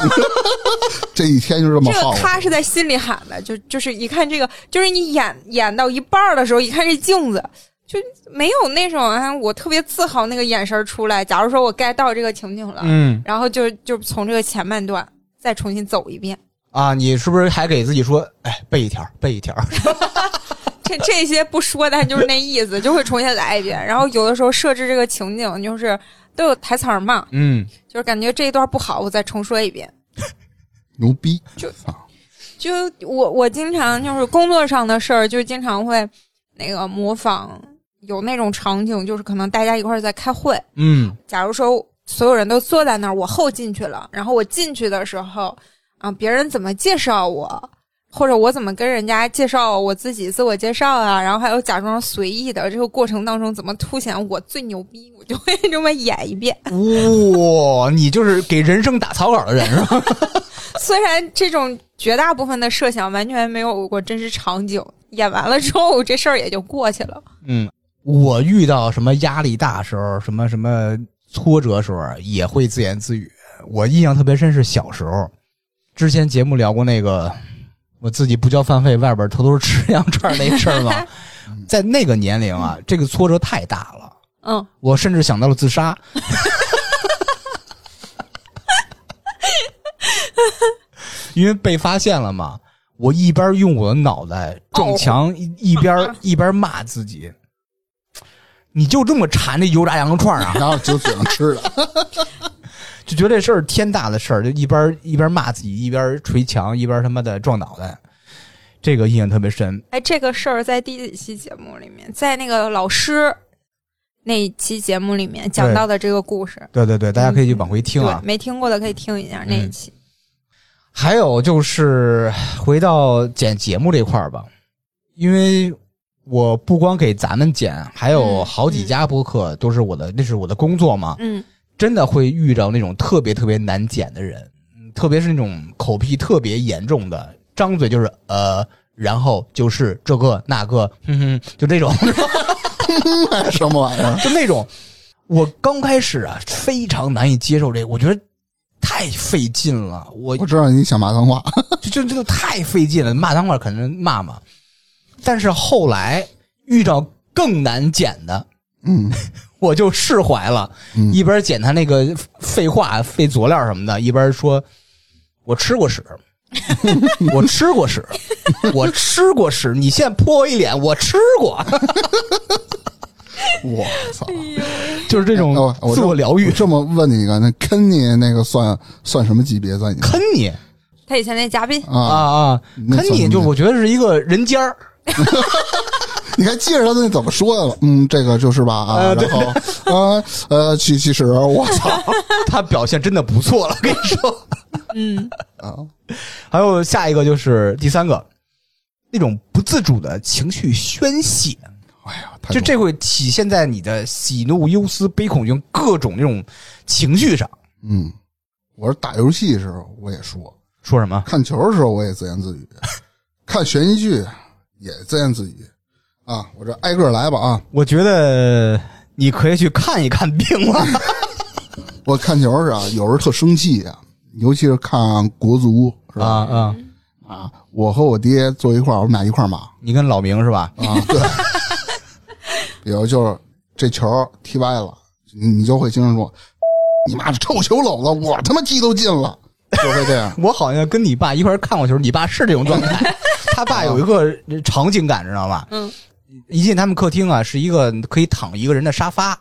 这一天就这么
这个
耗。
咔是在心里喊的，就就是一看这个，就是你演演到一半儿的时候，一看这镜子，就没有那种啊，我特别自豪那个眼神儿出来。假如说我 get 到这个情景了，
嗯
然后就就从这个前半段再重新走一遍，
啊，你是不是还给自己说，哎，背一条，背一条？
这这些不说，但就是那意思，就会重新来一遍。然后有的时候设置这个情景，就是都有台词儿嘛，
嗯，
就是感觉这一段不好，我再重说一遍。
牛逼！
就
啊
就我我经常就是工作上的事儿，就经常会那个模仿有那种场景，就是可能大家一块儿在开会，
嗯，
假如说所有人都坐在那儿，我后进去了，然后我进去的时候啊，别人怎么介绍我，或者我怎么跟人家介绍我自己自我介绍啊，然后还有假装随意的这个过程当中，怎么凸显我最牛逼，我就会 [laughs] 这么演一遍。
哇，你就是给人生打草稿的人是吧？
虽然这种绝大部分的设想完全没有过真实场景，演完了之后这事儿也就过去了。
嗯，我遇到什么压力大时候，什么什么挫折时候，也会自言自语。我印象特别深是小时候，之前节目聊过那个我自己不交饭费，外边偷偷吃羊串那事儿嘛，在那个年龄啊，这个挫折太大了，
嗯，
我甚至想到了自杀。 [laughs] 因为被发现了嘛，我一边用我的脑袋撞墙，一一边一边骂自己：“你就这么馋这油炸羊肉串啊
然后就嘴上吃的，？”
就觉得这事儿天大的事儿，就一边一边骂自己，一边捶墙，一边他妈的撞脑袋。这个印象特别深。
哎，这个事儿在第几期节目里面，在那个老师那一期节目里面讲到的这个故事，
对对对，大家可以去往回听
对
啊，。
没听过的可以听一下那一期。
还有就是哎回到剪节目这块儿吧，因为我不光给咱们剪，还有
嗯
好几家播客都是我的，那是我的工作嘛，
嗯
真的会遇到那种特别特别难剪的人，嗯特别是那种口癖特别严重的，张嘴就是呃，然后就是这个那个，哼哼，就这种， [laughs]
哎 [laughs] 什么玩意儿？
就那种，我刚开始啊非常难以接受这个，我觉得太费劲了，我
我知道你想骂脏话， [laughs]
就就这个太费劲了，骂脏话肯定骂嘛。但是后来遇到更难剪的，
嗯，
[laughs] 我就释怀了，
嗯
一边剪他那个废话、废佐料什么的，一边说：“我吃过
[laughs]
屎，我吃过屎，我吃过屎。”你现在泼我一脸，我吃
[laughs]
过，
我操！
哎
就是这种
哎我我
自我疗愈
我。这么问你一个，那坑你那个算算什么级别？在你
坑你
他以前那嘉宾，
啊
啊？
啊！
那
坑你
算
就我觉得是一个人尖儿，
你还记着他那怎么说的吗？嗯，这个就是吧啊，
呃 [laughs]
然后呃呃，其其实我操
他表现真的不错了，跟你说。
嗯，
啊，
还有下一个就是第三个，那种不自主的情绪宣泄，
哎呀，太
就
多了
这会体现在你的喜怒忧思悲恐惧各种那种情绪上。
嗯，我是打游戏的时候我也说，
说什么？
看球的时候我也自言自语， [laughs] 看悬疑剧也自言自语啊，我这挨个来吧啊，
我觉得你可以去看一看病了。
我看球是啊，有时候特生气啊，尤其是看国足
[laughs]
是
啊
吧？
啊！
啊，我和我爹坐一块儿，我们俩一块儿骂
你跟老明是吧？。
啊，对，比如就是这球踢歪了，你你就会经常说， [laughs] 你妈这臭球篓子，我他妈踢都进了，就会这样 [laughs]
我好像跟你爸一块儿看过球，你爸是这种状态。他爸有一个场景感，知道吧？
嗯，
一进他们客厅啊，是一个可以躺一个人的沙发。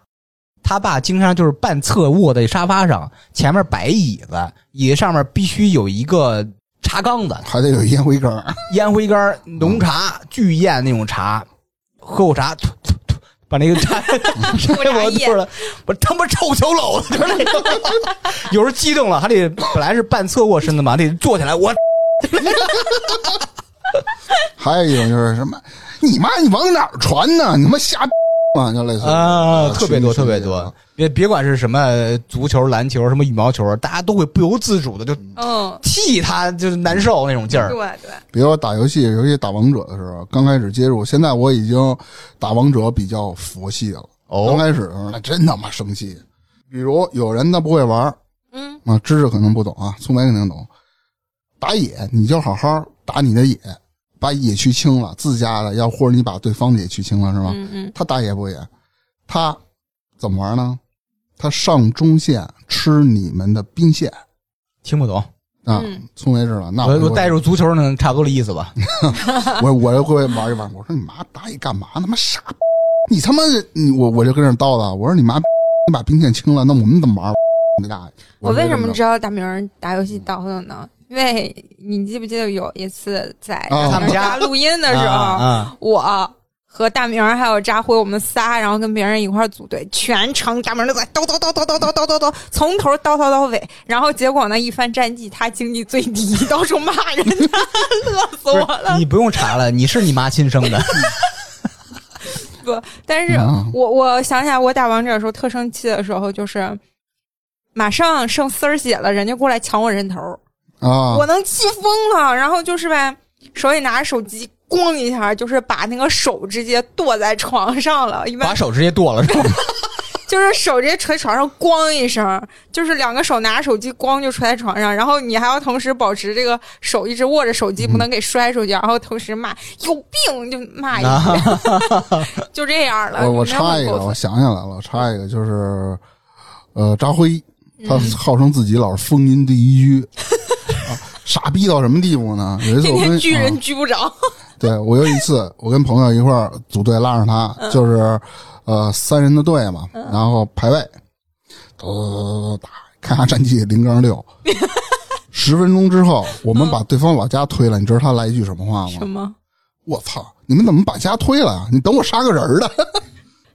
他爸经常就是半侧卧在沙发上，前面摆椅子，椅子上面必须有一个茶缸子，
还得有烟灰缸儿， [laughs]
烟灰缸、浓茶、巨宴那种茶，喝口茶，吐吐吐，把那个茶
是不是
[laughs] 我
演
吐了，我他妈臭球篓子，就是那种。有时候激动了，还得本来是半侧卧身子嘛，得坐起来，我
还有一种就是什么，你妈你往哪儿传呢？你他妈瞎，啊，就类似于
啊，特别多，
虚
特
拟
别
世界
多
啊。
别别管是什么足球、篮球、什么羽毛球，大家都会不由自主的就
嗯，
替他就是难受那种劲儿
对。对，
比如我打游戏，尤其打王者的时候，刚开始接触，现在我已经打王者比较佛系了。刚
哦，
开始的时候，那真他妈生气。比如有人他不会玩儿
嗯，
啊，知识可能不懂啊，聪白肯定懂。打野你就好好打你的野，把野区清了，自家的要或者你把对方的野区清了是吧？
嗯嗯，
他打野不野，他怎么玩呢？他上中线吃你们的兵线
听不懂。
啊
嗯，
聪白知道。那
我
就
我带入足球呢，差不多的意思吧。
[laughs] 我我就会玩一玩。我说你妈打野干嘛呢？他妈傻逼，你他妈你我我就跟这儿叨叨。我说你妈逼，你把兵线清了，那我们怎么玩？你俩，
我为什么知
道？
道大明儿打游戏倒腾呢？因为你记不记得有一次在
啊
大明儿家录音的时
啊
候，
啊，
我和大明儿还有扎辉，我们仨，然后跟别人一块儿组队，全程大明儿都在叨叨叨叨叨叨叨叨叨，从头叨叨到尾。然后结果呢，一番战绩他经济最低，到处骂人家，乐死
不
我
是
了。 [laughs]
你不用查了，你是你妈亲生的。
不，但是
嗯
我我想起来，我打王者的时候特生气的时候，就是马上剩丝儿血了，人家过来抢我人头。
啊
我，能气疯了。然后就是呗，手里拿着手机，咣一下，就是把那个手直接剁在床上了，一
把
般
手直接剁了是吧？
就是手直接捶床上，咣一声，就是两个手拿着手机，咣就捶在床上，然后你还要同时保持这个手一直握着手机，不能给摔出去，然后同时骂有病就骂一句，就这样了。
我我
没有很
插一
[laughs]
个，
过分
我想起来了，我插一个，就是呃，扎辉，
嗯
他号称自己老是风音第一
[laughs]
居。啊傻逼到什么地步呢？有一次
天
我跟
天狙
啊
人狙不着，
对我有一次，我跟朋友一块儿组队拉上他，就是呃三人的队嘛，然后排位，嘟嘟嘟嘟打，看下战绩零杠六。十分钟之后，我们把对方老家推了，你知道他来一句什么话
什
吗？
么
我操！你们怎么把家推了呀？你等我杀个人儿的，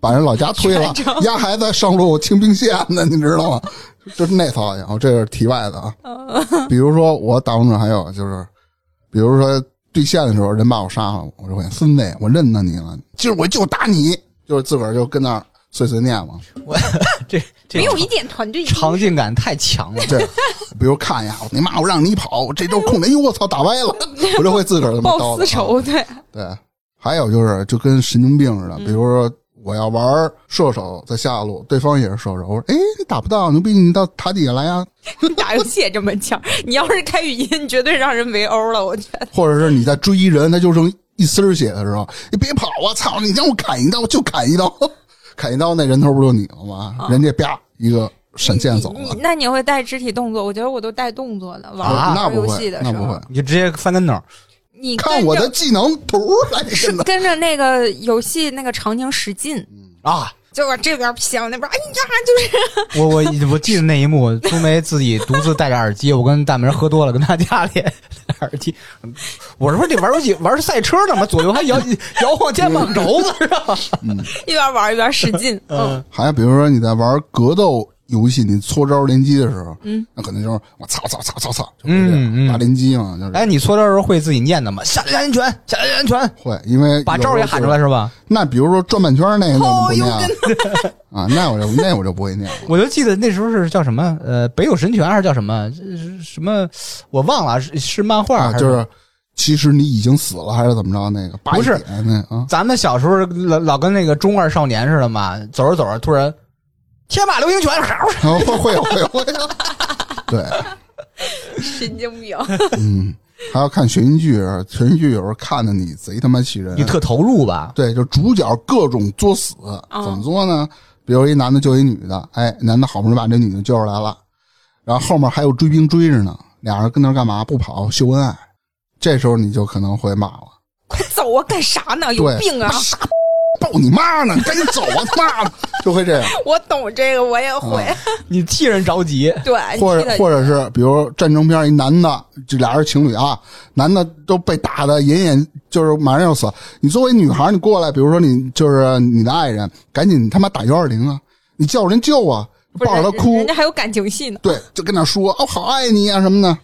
把人老家推了，丫还在上路清兵线呢，你知道吗？就是那操性，这是题外的啊。
哦
比如说我打王者，还有就是，比如说对线的时候，人把我杀了，我就会孙子，我认得你了，今儿我就打你，就是自个儿就跟那儿碎碎念嘛。
这这
没有一点团队精神
场景感太强了。
对，比如看一下，你妈我让你跑，我这周空着，哎呦我操，打歪
[laughs]
了，我就会自个儿这么
报
叨
私
叨啊。
仇，对， [laughs]
对，还有就是就跟神经病似的，比
嗯
如说我要玩射手在下路，对方也是射手，我说哎你打不到，牛逼你到塔底下
[laughs]
来呀，
打游戏也这么强，你要是开语音，绝对让人围殴了。我觉得
或者是你在追人，他就剩一丝儿血的时候，你别跑啊，操你让我砍一刀就砍一刀， [laughs] 砍一刀那人头不就你了吗？人家啪一个闪现走
啊你
了
你，那你会带肢体动作？我觉得我都带动作的，玩、
啊
那
玩
不
游
会
戏的时
那
候，
不会，
你就直接翻跟头，
你跟
看我的
着
技能图
[laughs]
来
是
真的。嗯
跟着那个游戏那个场景使劲，
啊！
就往这边想那边，哎呀，
[laughs]
就是
我我我记得那一幕，苏梅自己独自戴着耳机，我跟大明喝多了，跟他家里戴着耳机。我说这玩游戏玩赛车呢吗？左右还摇 [laughs] 摇晃肩膀轴子是吧？ [laughs]
一边玩一边使劲。嗯，
还有比如说你在玩格斗游戏，你搓招连击的时候，嗯，那可能就是我操操操操操，就是这样
嗯嗯
打连击嘛，就是
哎，你搓招的时候会自己念的吗？下来安全，下来安全，
会，因为
把
有时
招
候
也
就
喊出来。是吧？
那比如说转半圈那个，那
哦
我们不
哟
念了 [laughs] 啊，那我就那我就不会念了。
我就记得那时候是叫什么？呃，北有神拳还是叫什么？是什么？我忘了，是是漫画还
啊，
是
就是其实你已经死了，还是怎么着？那个拔
不
一
是
点那个啊， [laughs]
咱们小时候老老跟那个中二少年似的嘛，走着走着突然天马流星拳，
然后会会有会有会 [laughs] 有，对，
神经病。
嗯，还要看悬疑剧，悬疑剧有时候看的你贼他妈气人，
你特投入吧？
对，就主角各种作死，
哦
怎么作呢？比如一男的救一女的，哎，男的好不容易把这女的救出来了，然后后面还有追兵追着呢，俩人跟那儿干嘛？不跑，秀恩爱。这时候你就可能会骂了，
快走啊！干啥呢？有
对，
病啊
妈！傻逼抱你妈呢，你赶紧走啊，他妈的，就会这
[laughs]
样。啊
我懂这个，我也会。
你替人着急，
[laughs] 对，
嗯或
你记
者
得
或者是比如战争片，一男的，这俩人情侣啊，男的都被打的奄奄，就是马上要死。你作为女孩，你过来，比如说你就是你的爱人，赶紧他妈打幺二零啊，你叫人救啊，
不是
抱着他哭
人家，还有感情戏呢。
对，就跟那说哦，好爱你啊什么的。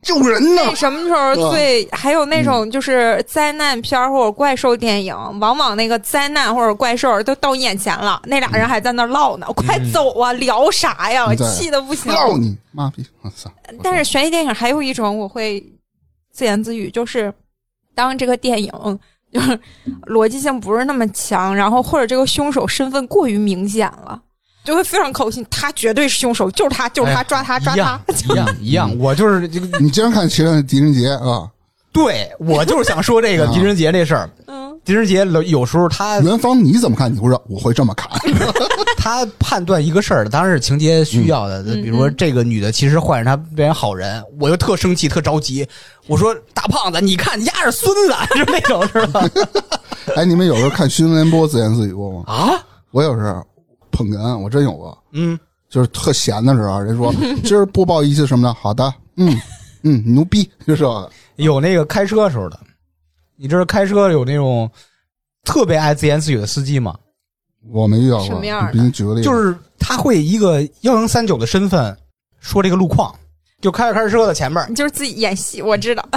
救人呢
那。什么时候最？还有那种就是灾难片儿或者怪兽电影，往往那个灾难或者怪兽都到眼前了，那俩人还在那儿唠呢，快走啊，聊啥呀？
嗯对
气的不行。
闹你妈逼！我操！
但是悬疑电影还有一种我会自言自语，就是当这个电影就是逻辑性不是那么强，然后或者这个凶手身份过于明显了，就会非常口信，他绝对是凶手，就是他，就是他，
哎
抓他，抓
一
他
样。一样一样，我就是这个，
你竟然看《奇人狄仁杰》啊？
对我就是想说这个
啊嗯
狄仁杰这事儿。
嗯，
狄仁杰有时候
呃
他
元芳你怎么看？你不知道，我会这么看。
[laughs]
[laughs]
他判断一个事儿，当然是情节需要的。
嗯
比如说，这个女的其实坏人，她变成好人，我就特生气，特着急。我说：“大胖子，你看，压着孙子， [laughs] 是那种是吧
哎，你们有时候看新闻联播自言自语过吗？？”
啊，
我有时候捧哏，我真有过，
嗯，
就是特闲的时候，人说今儿播报一期什么的，好的，嗯嗯，牛逼，就是这个
有那个开车时候的，你知道开车有那种特别爱自言自语的司机吗？
我没遇到过。
什么样的
你给你举个例子，
就是他会以一个幺零三九的身份说这个路况，就开着开着车的前面，
你 [laughs] 就是自己演戏，我知道。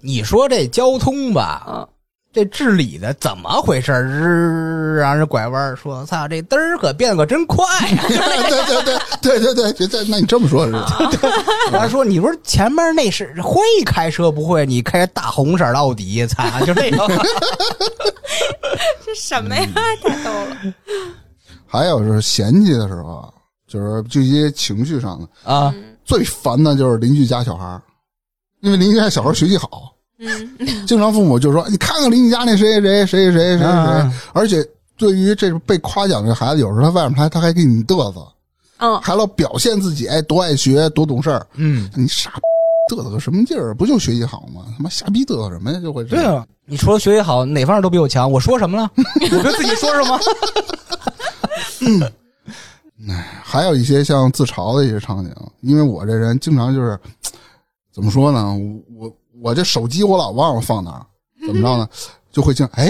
你说这交通吧，
嗯，
这治理的怎么回事儿？日让人拐弯儿说，操，这嘚儿可变得可真快啊呀、
对对对对对对别再，那你这么说是吧？
[laughs] 我还说，你说前面那是会开车不会？你开大红色儿的奥迪，操， [laughs] 就这
[laughs]
种。
[laughs] 这什
嗯
么呀？太逗了。
还有就是嫌弃的时候啊，就是就一些情绪上的，
啊，
最烦的就是邻居家小孩儿，因为邻居家小孩儿学习好，
嗯，
经常父母就说：“你看看邻居家那谁谁谁谁谁谁谁。
嗯
而且对于这种被夸奖的孩子，有时候他外面他他还给你嘚瑟，
嗯，
还老表现自己，哎，多爱学，多懂事儿。
嗯，
你傻逼嘚瑟个什么劲儿？不就学习好吗？他妈瞎逼嘚瑟什么呀？就会这
对
样。
啊，你除了学习好，哪方面都比我强。我说什么了？ [laughs] 我跟自己说什么？
还有一些像自嘲的一些场景，因为我这人经常就是怎么说呢？我我我这手机我老忘了放哪儿，怎么着呢？就会经哎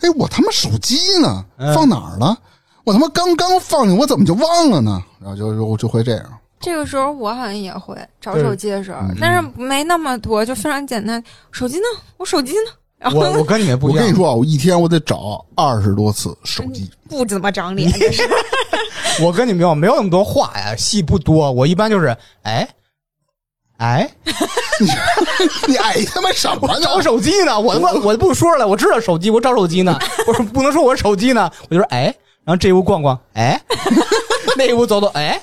哎，我他妈手机呢
嗯
放哪儿了？我他妈刚刚放进，我怎么就忘了呢？然后就就就会这样。
这个时候我好像也会找
对
手机的时候
嗯，
但是没那么多，就非常简单。手机呢？我手机呢？ [laughs] 然后
[laughs] 我我跟你们不
我
一样。
跟你说啊，我一天我得找二十多次手机。 [laughs]
不怎么
[laughs]
长脸，这是
我跟你们没有没有那么多话呀，戏不多。我一般就是哎哎，
你哎他妈什么
我
呢？
找手机呢，我他妈我不说了，我知道手机，我找手机呢，我说不能说我手机呢，我就说哎，然后这屋逛逛， [laughs] 哎，那屋走走，哎，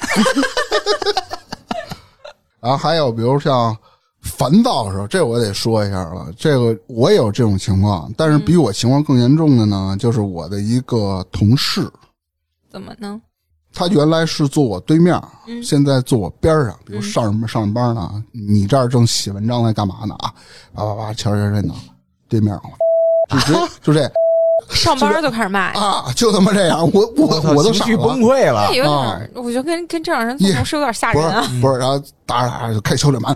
然后还有比如像烦躁的时候，这我得说一下了。这个我也有这种情况，但是
嗯
比我情况更严重的呢，就是我的一个同事，
怎么呢？
他原来是坐我对面，
嗯
现在坐我边上。比如上什么上班呢？你这儿正写文章呢，干嘛呢啊？叭叭叭，瞧瞧这呢，对面就直
[laughs]
就这
上班就开始骂呀，
啊，就他妈这样，我我
操
我都
情
傻
绪崩
了。
溃了哎
那，有点
啊
儿，我觉得跟跟这种人做
也
同事有点吓
不
人
是
啊。
不是，然后打着打着就开敲脸门，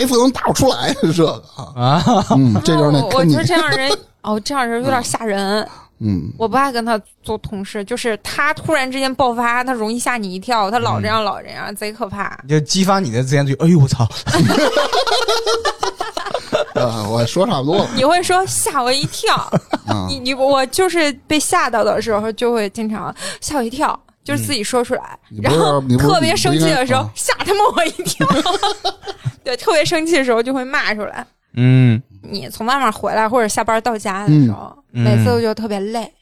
哎，不能打我出来，这个
[laughs]
啊，
啊，
嗯，这就是那
我我
坑
觉
你
得，这样
[laughs]
人，哦，这样人有点吓人，
嗯，
我不爱跟他做同事，就是他突然之间爆发，他容易吓你一跳，他老这样老这样，贼可怕。
就激发你的自言自语。哎呦我操！
[laughs] 啊，我说差不多了。
你会说吓我一
[laughs]
跳， [laughs]
啊
你你我就是被吓到的时候，就会经常吓我一跳，就是自己说出来，
嗯你不
然
是
后
你不是
特别生气的时候、
你不啊嗯
吓他妈我一跳， [laughs] 对，特别生气的时候就会骂出来。
嗯，
你从外面回来或者下班到家的时候，
嗯嗯
每次都觉得特别累，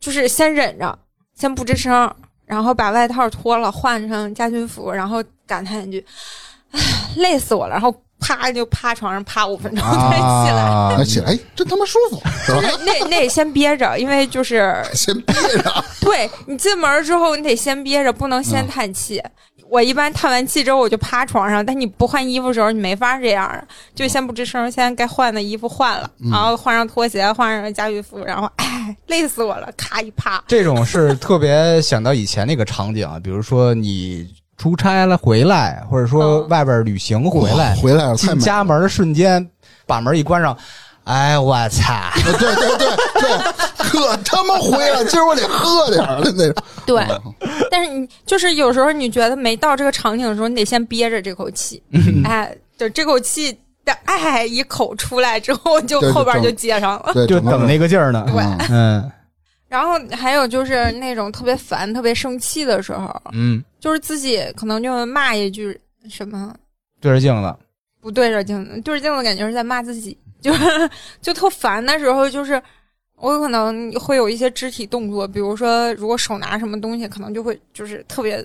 就是先忍着，先不吱声，然后把外套脱了，换上家军服，然后感叹一句：“唉，累死我了。”然后啪就趴床上趴五分钟 [laughs] 再起来。
啊，起来，哎真他妈舒服，是吧？
那那那得先憋着，因为就是
先憋着，啊
对你进门之后，你得先憋着，不能先叹气。
嗯
我一般叹完气之后，我就趴床上，但你不换衣服的时候，你没法这样儿，就先不吱声，先该换的衣服换了，
嗯
然后换上拖鞋，换上家居服，然后 [laughs] 哎，累死我了，咔一趴。
这种是特别想到以前那个场景啊，比如说你出差了回来，或者说
嗯
哦外边旅行回来啊
哇，回来了，太
进
美了
家门的瞬间把门一关上，哎，我操！
啊对对对对，可他妈灰了，今儿我得喝点儿的那种。
对，但是你就是有时候你觉得没到这个场景的时候，你得先憋着这口气，
嗯
哎，就这口气的哎一口出来之后，就
对就
后边
正
就接上了。
对，
就
整个
等
人
那个劲儿呢。
嗯
嗯
然后还有就是那种特别烦、特别生气的时候，
[laughs] 嗯，
就是自己可能就骂一句什么
对着镜子，
不对着镜子，对着镜子感觉是在骂自己， [laughs] 就是就特烦的时候，就是我有可能会有一些肢体动作，比如说如果手拿什么东西，可能就会就是特别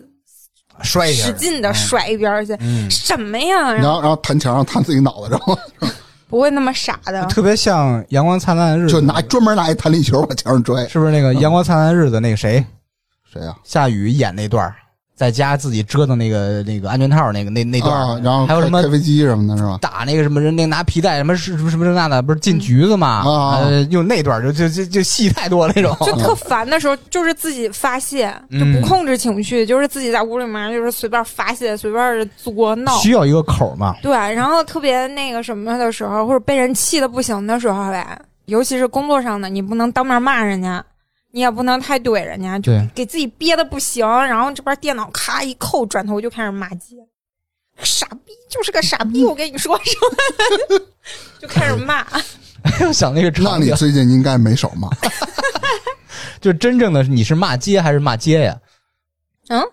摔一下，
使劲的甩一边儿去，
嗯，
什么呀？然
然
后
后然后弹墙上弹自己脑袋，然后
不会那么傻的
嗯，特别像《阳光灿烂的日子》，
就拿专门拿一弹力球往墙上拽。
是不是那个《阳光灿烂的日子》那个谁
谁啊呀？
夏雨演那段儿在家自己折腾那个那个安全套那个那那段儿
啊，然后
还有
开
什么
开飞机什么的，是吧？
打那个什么人，那拿皮带什么是什么什么这那的，不是进局子嘛？
嗯啊
呃，用那段儿就就就就戏太多了那种。
就特烦的时候，就是自己发泄，就
啊嗯
不控制情绪，就是自己在屋里面就是随便发泄，随便作闹。
需要一个口儿嘛？
对，然后特别那个什么的时候，或者被人气的不行的时候呗，尤其是工作上的，你不能当面骂人家，你也不能太怼人家，就
对，
给自己憋的不行。然后这边电脑咔一扣，转头就开始骂街，傻逼就是个傻逼，我跟你说什么， [laughs] 就开始骂。
我 [laughs] 想那个
那
场
你
景，
最近应该没少骂，
就真正的你是骂街还是骂街呀？
嗯，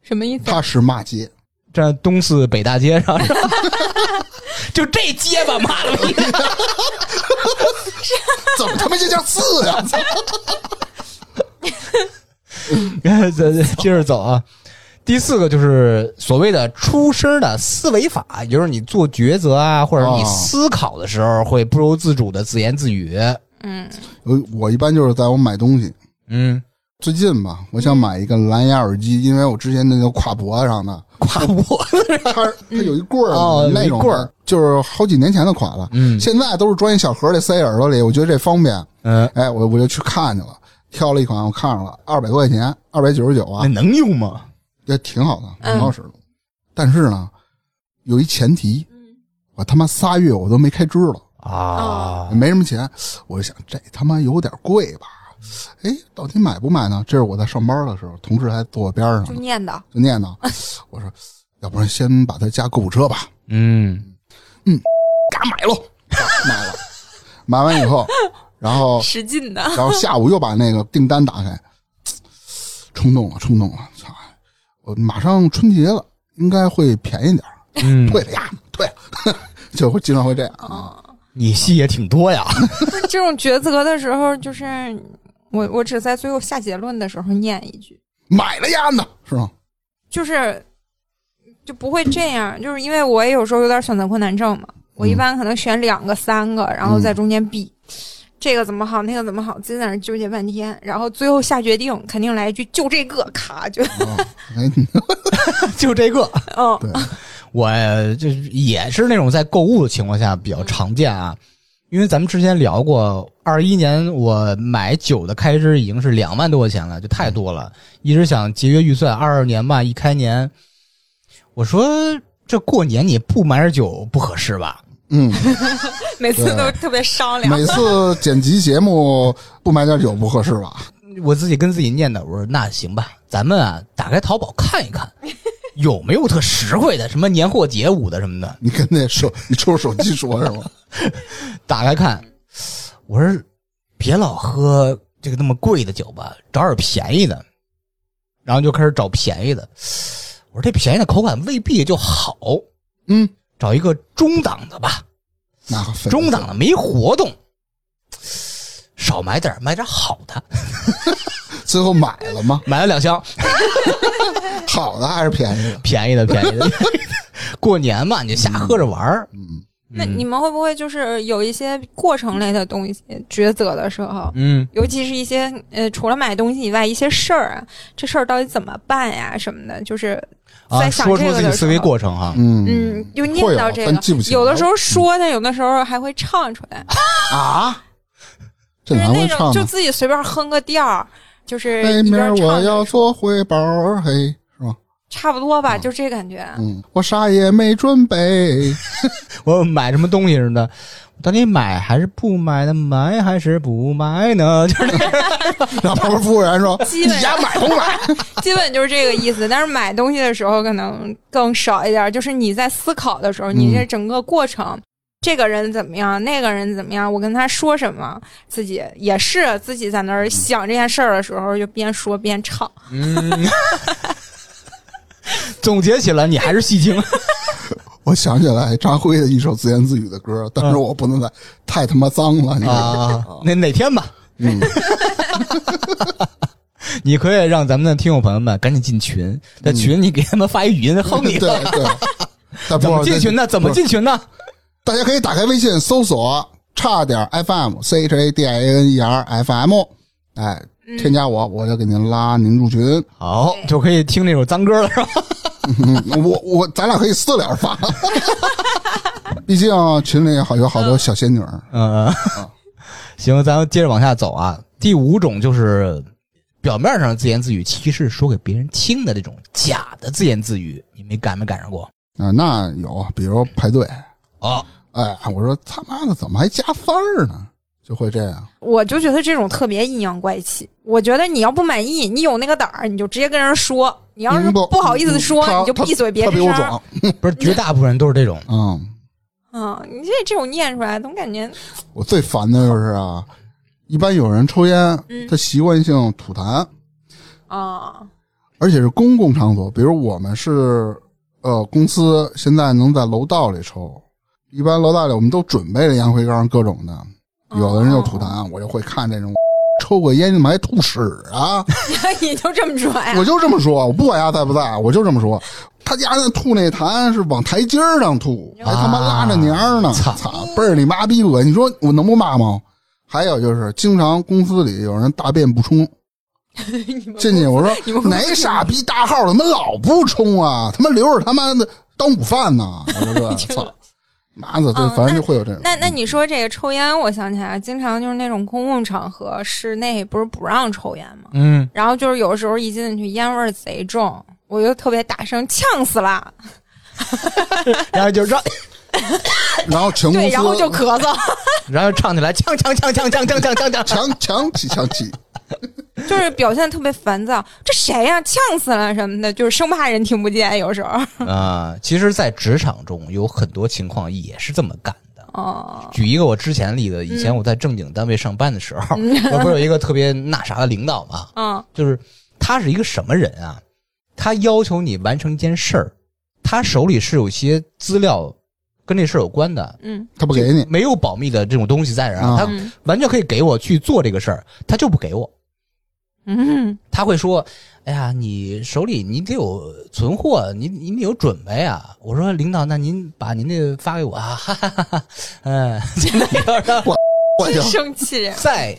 什么意思？
他是骂街， [laughs]
站东四北大街上，是吧 [laughs] 就这街吧，骂了一个
怎么他妈就叫刺啊呀？操
咱咱接着 [laughs] 走啊。第四个就是所谓的出声的思维法，也就是你做抉择啊，或者你
哦
思考的时候会不由自主的自言自语。
嗯
我 [laughs] 我一般就是在我买东西，
嗯，
最近吧，我想买一个蓝牙耳机，因为我之前那个挎脖子上的，
夸 [laughs] 我，
它
[coughs]
它有一棍儿嘛
哦有
那
一
种
棍儿，
就是好几年前的款了。
嗯
现在都是装一小盒里塞耳朵里，我觉得这方便。
嗯，
哎，我我就去看去了，挑了一款，我看上了，二百多块钱，二百九十九
[laughs]
啊，
能用吗？
也挺好的，
嗯
挺好使的。但是呢，有一前提，
嗯
我他妈仨月我都没开支了，
啊，
没什么钱，我就想这他妈有点贵吧。哎，到底买不买呢？这是我在上班的时候，同事还坐我边上
就
呢，
念叨，
就念叨。我说，要不然先把它加购物车吧，
嗯，
嘎买喽，嘎买了。买完以后，然后
使劲的。
然后下午又把那个订单打开，冲动了，冲动了，操！我马上春节了，应该会便宜点儿，
嗯
退了呀，退了， [laughs] 就会经常会这样啊。
你戏也挺多呀。
哦
[laughs]
这种抉择的时候，就是我我只在最后下结论的时候念一句，
买了呀呢，是吗？
就是就不会这样，就是因为我也有时候有点选择困难症嘛，我
嗯
一般可能选两个、三个，然后在中间比。这个怎么好，那个怎么好，自己在那儿纠结半天，然后最后下决定，肯定来一句就这个，咔就，
啊，哎，
就这个，
嗯，
对，
我就是也是那种在购物的情况下比较常见啊，因为咱们之前聊过，二一年我买酒的开支已经是两万多块钱了，就太多了，一直想节约预算。二二年吧，一开年，我说这过年你不买点酒不合适吧？
嗯，
每次都特别商量，
每次剪辑节目不买点酒不合适吧？
我自己跟自己念叨，我说那行吧，咱们啊打开淘宝看一看，有没有特实惠的，什么年货节五的什么的。
你跟那手，你抽手机说是吗？
打开看，我说别老喝这个那么贵的酒吧，找点便宜的。然后就开始找便宜的，我说这便宜的口感未必就好，
嗯，
找一个中档的吧，
那可费
中档的没活动，少买点，买点好的，
最后买了吗？
买了两箱，
好的还是便宜的？
便宜 [laughs] 的便宜的。过年嘛，你瞎喝着玩儿，
嗯，
那你们会不会就是有一些过程类的东西抉择的时候，
嗯，
尤其是一些呃，除了买东西以外，一些事儿啊，这事儿到底怎么办呀什么的，就是
啊，
在想
说
这
出
个
自己
的
思
时
维
候，
过程哈，
嗯
嗯，就念
会有
叨这
但记不
个，
起
有的
来
时候说的，有的时候还会唱出来，
啊，这
就是
哪
那
会
种
唱
就
呢？
自己随便哼个调儿，就是
那
一
明儿
边
我
唱着，
要做回包儿，嘿，是吧？
差不多吧，就这
嗯
感觉。
嗯，我啥也没准备。
我买什么东西什么的，到底买还是不买呢？买还是不买呢？就是
然后旁边服
[laughs]
务员说：“
基
你
本
家买不买
基本就是这个意思。但是买东西的时候可能更少一点，就是你在思考的时候，
嗯
你这整个过程。这个人怎么样？那个人怎么样？我跟他说什么？自己也是自己在那儿想这件事儿的时候，就边说边唱。
嗯， [laughs] 总结起来，你还是戏精。？”
我想起来张辉的一首自言自语的歌，但是我不能再太他妈脏了，你知道吗？
[laughs] 啊，那哪天吧，
嗯，
你可以让咱们的听友朋友们赶紧进群，在群里给他们发一语音哼 [laughs]
对
你。
对。但不
怎么进群呢？怎么？
不是
进群呢？
大家可以打开微信搜索“差点 FM C H A D I A N E R F M”，哎，
嗯
添加我，我就给您拉您入群。
好，就可以听这首脏歌了，是吧？
嗯，我我咱俩可以私聊发， [laughs] 毕竟群里好有好多小仙女儿。
嗯， [laughs] 行，咱们接着往下走啊。第五种就是表面上自言自语，其实是说给别人听的这种假的自言自语，你们赶没赶上过？
啊、那有，比如排队，
哦，
哎，我说他妈的，怎么还加三儿呢？就会这样，
我就觉得这种特别阴阳怪气。我觉得你要不满意，你有那个胆儿，你就直接跟人说。你要是
明白
不好意思说，
他
你就闭嘴别
他比
吱
我
声。
壮，
不是，绝大部分人都是这种。
嗯，
嗯，你这这种念出来，总感觉
我最烦的就是啊，一般有人抽烟，
嗯
他习惯性吐痰，
啊， [laughs]
而且是公共场所，比如我们是呃公司现在能在楼道里抽，一般楼道里我们都准备了烟灰缸各种的，有的人就吐
哦，
痰，我就会看这种抽过烟怎么还吐屎啊！
你就这么说哎呀？
我就这么说，我不管丫在不在，我就这么说。他家那吐那痰是往台阶儿上吐，
啊
还他妈拉着娘呢，
操
操，倍儿你妈逼我！你说我能不骂吗？还有就是，经常公司里有人大便
[laughs]
不冲，进去我
你们
说
公司
哪傻逼大号怎么老不冲啊？他妈留着他妈的当午饭呢！我
[laughs]
说这操，妈的，对，
哦
反正就会有这种。
那那你说这个抽烟，我想起来，经常就是那种公共场合，室内不是不让抽烟吗？
嗯，
然后就是有时候一进去烟味儿贼重，我就特别大声呛死啦，
然后就让，
[laughs]
然后全公
对，
司
然后就咳嗽，
[laughs] 然后唱起来，锵锵锵锵锵锵锵锵锵。
强强
[laughs]
起强起，
就是表现特别烦躁。这谁呀、呛死了什么的，就是生怕人听不见，有时候。
啊、其实，在职场中有很多情况也是这么干的。
哦，
举一个我之前的例子，以前我在正经单位上班的时候，我不是有一个特别那啥的领导嘛，
嗯
就是他是一个什么人啊？他要求你完成一件事儿，他手里是有一些资料跟这事儿有关的，
嗯
他不给你。
没有保密的这种东西在这儿啊，
啊
他
嗯
完全可以给我去做这个事儿，他就不给我。
嗯，
他会说：“哎呀，你手里你得有存货，你你得有准备啊。”我说：“领导，那您把您这发给我啊。” [laughs] 哈哈哈哈，嗯，真的要哎
我就
真生气人。
在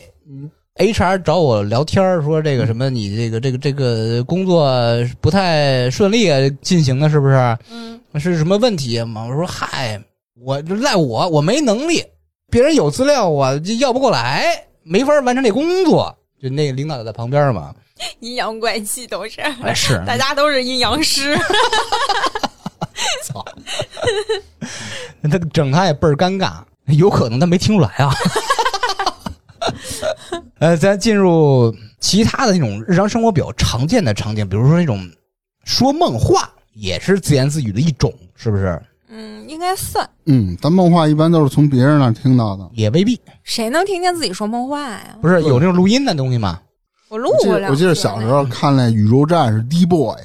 HR 找我聊天儿说这个什么，你这个这个这个工作不太顺利啊，进行的是不是？
嗯
是什么问题吗？我说：“嗨，我就赖我，我没能力，别人有资料，我就要不过来，没法完成这工作。”就那领导在旁边嘛，
阴阳怪气都是， [laughs]
哎是，
大家都是阴阳师。
操！他整他也倍儿尴尬，有可能他没听出来 [laughs] 啊。呃，咱进入其他的那种日常生活比较常见的场景，比如说那种说梦话，也是自言自语的一种，是不是？
嗯，应该算。
嗯，咱梦话一般都是从别人那儿听到的。
也未必，
谁能听见自己说梦话呀？
不是有那种录音的东西吗？
我录
我记
过
得
两
我记得
次
小时
呢
候看那《宇宙战士》D boy，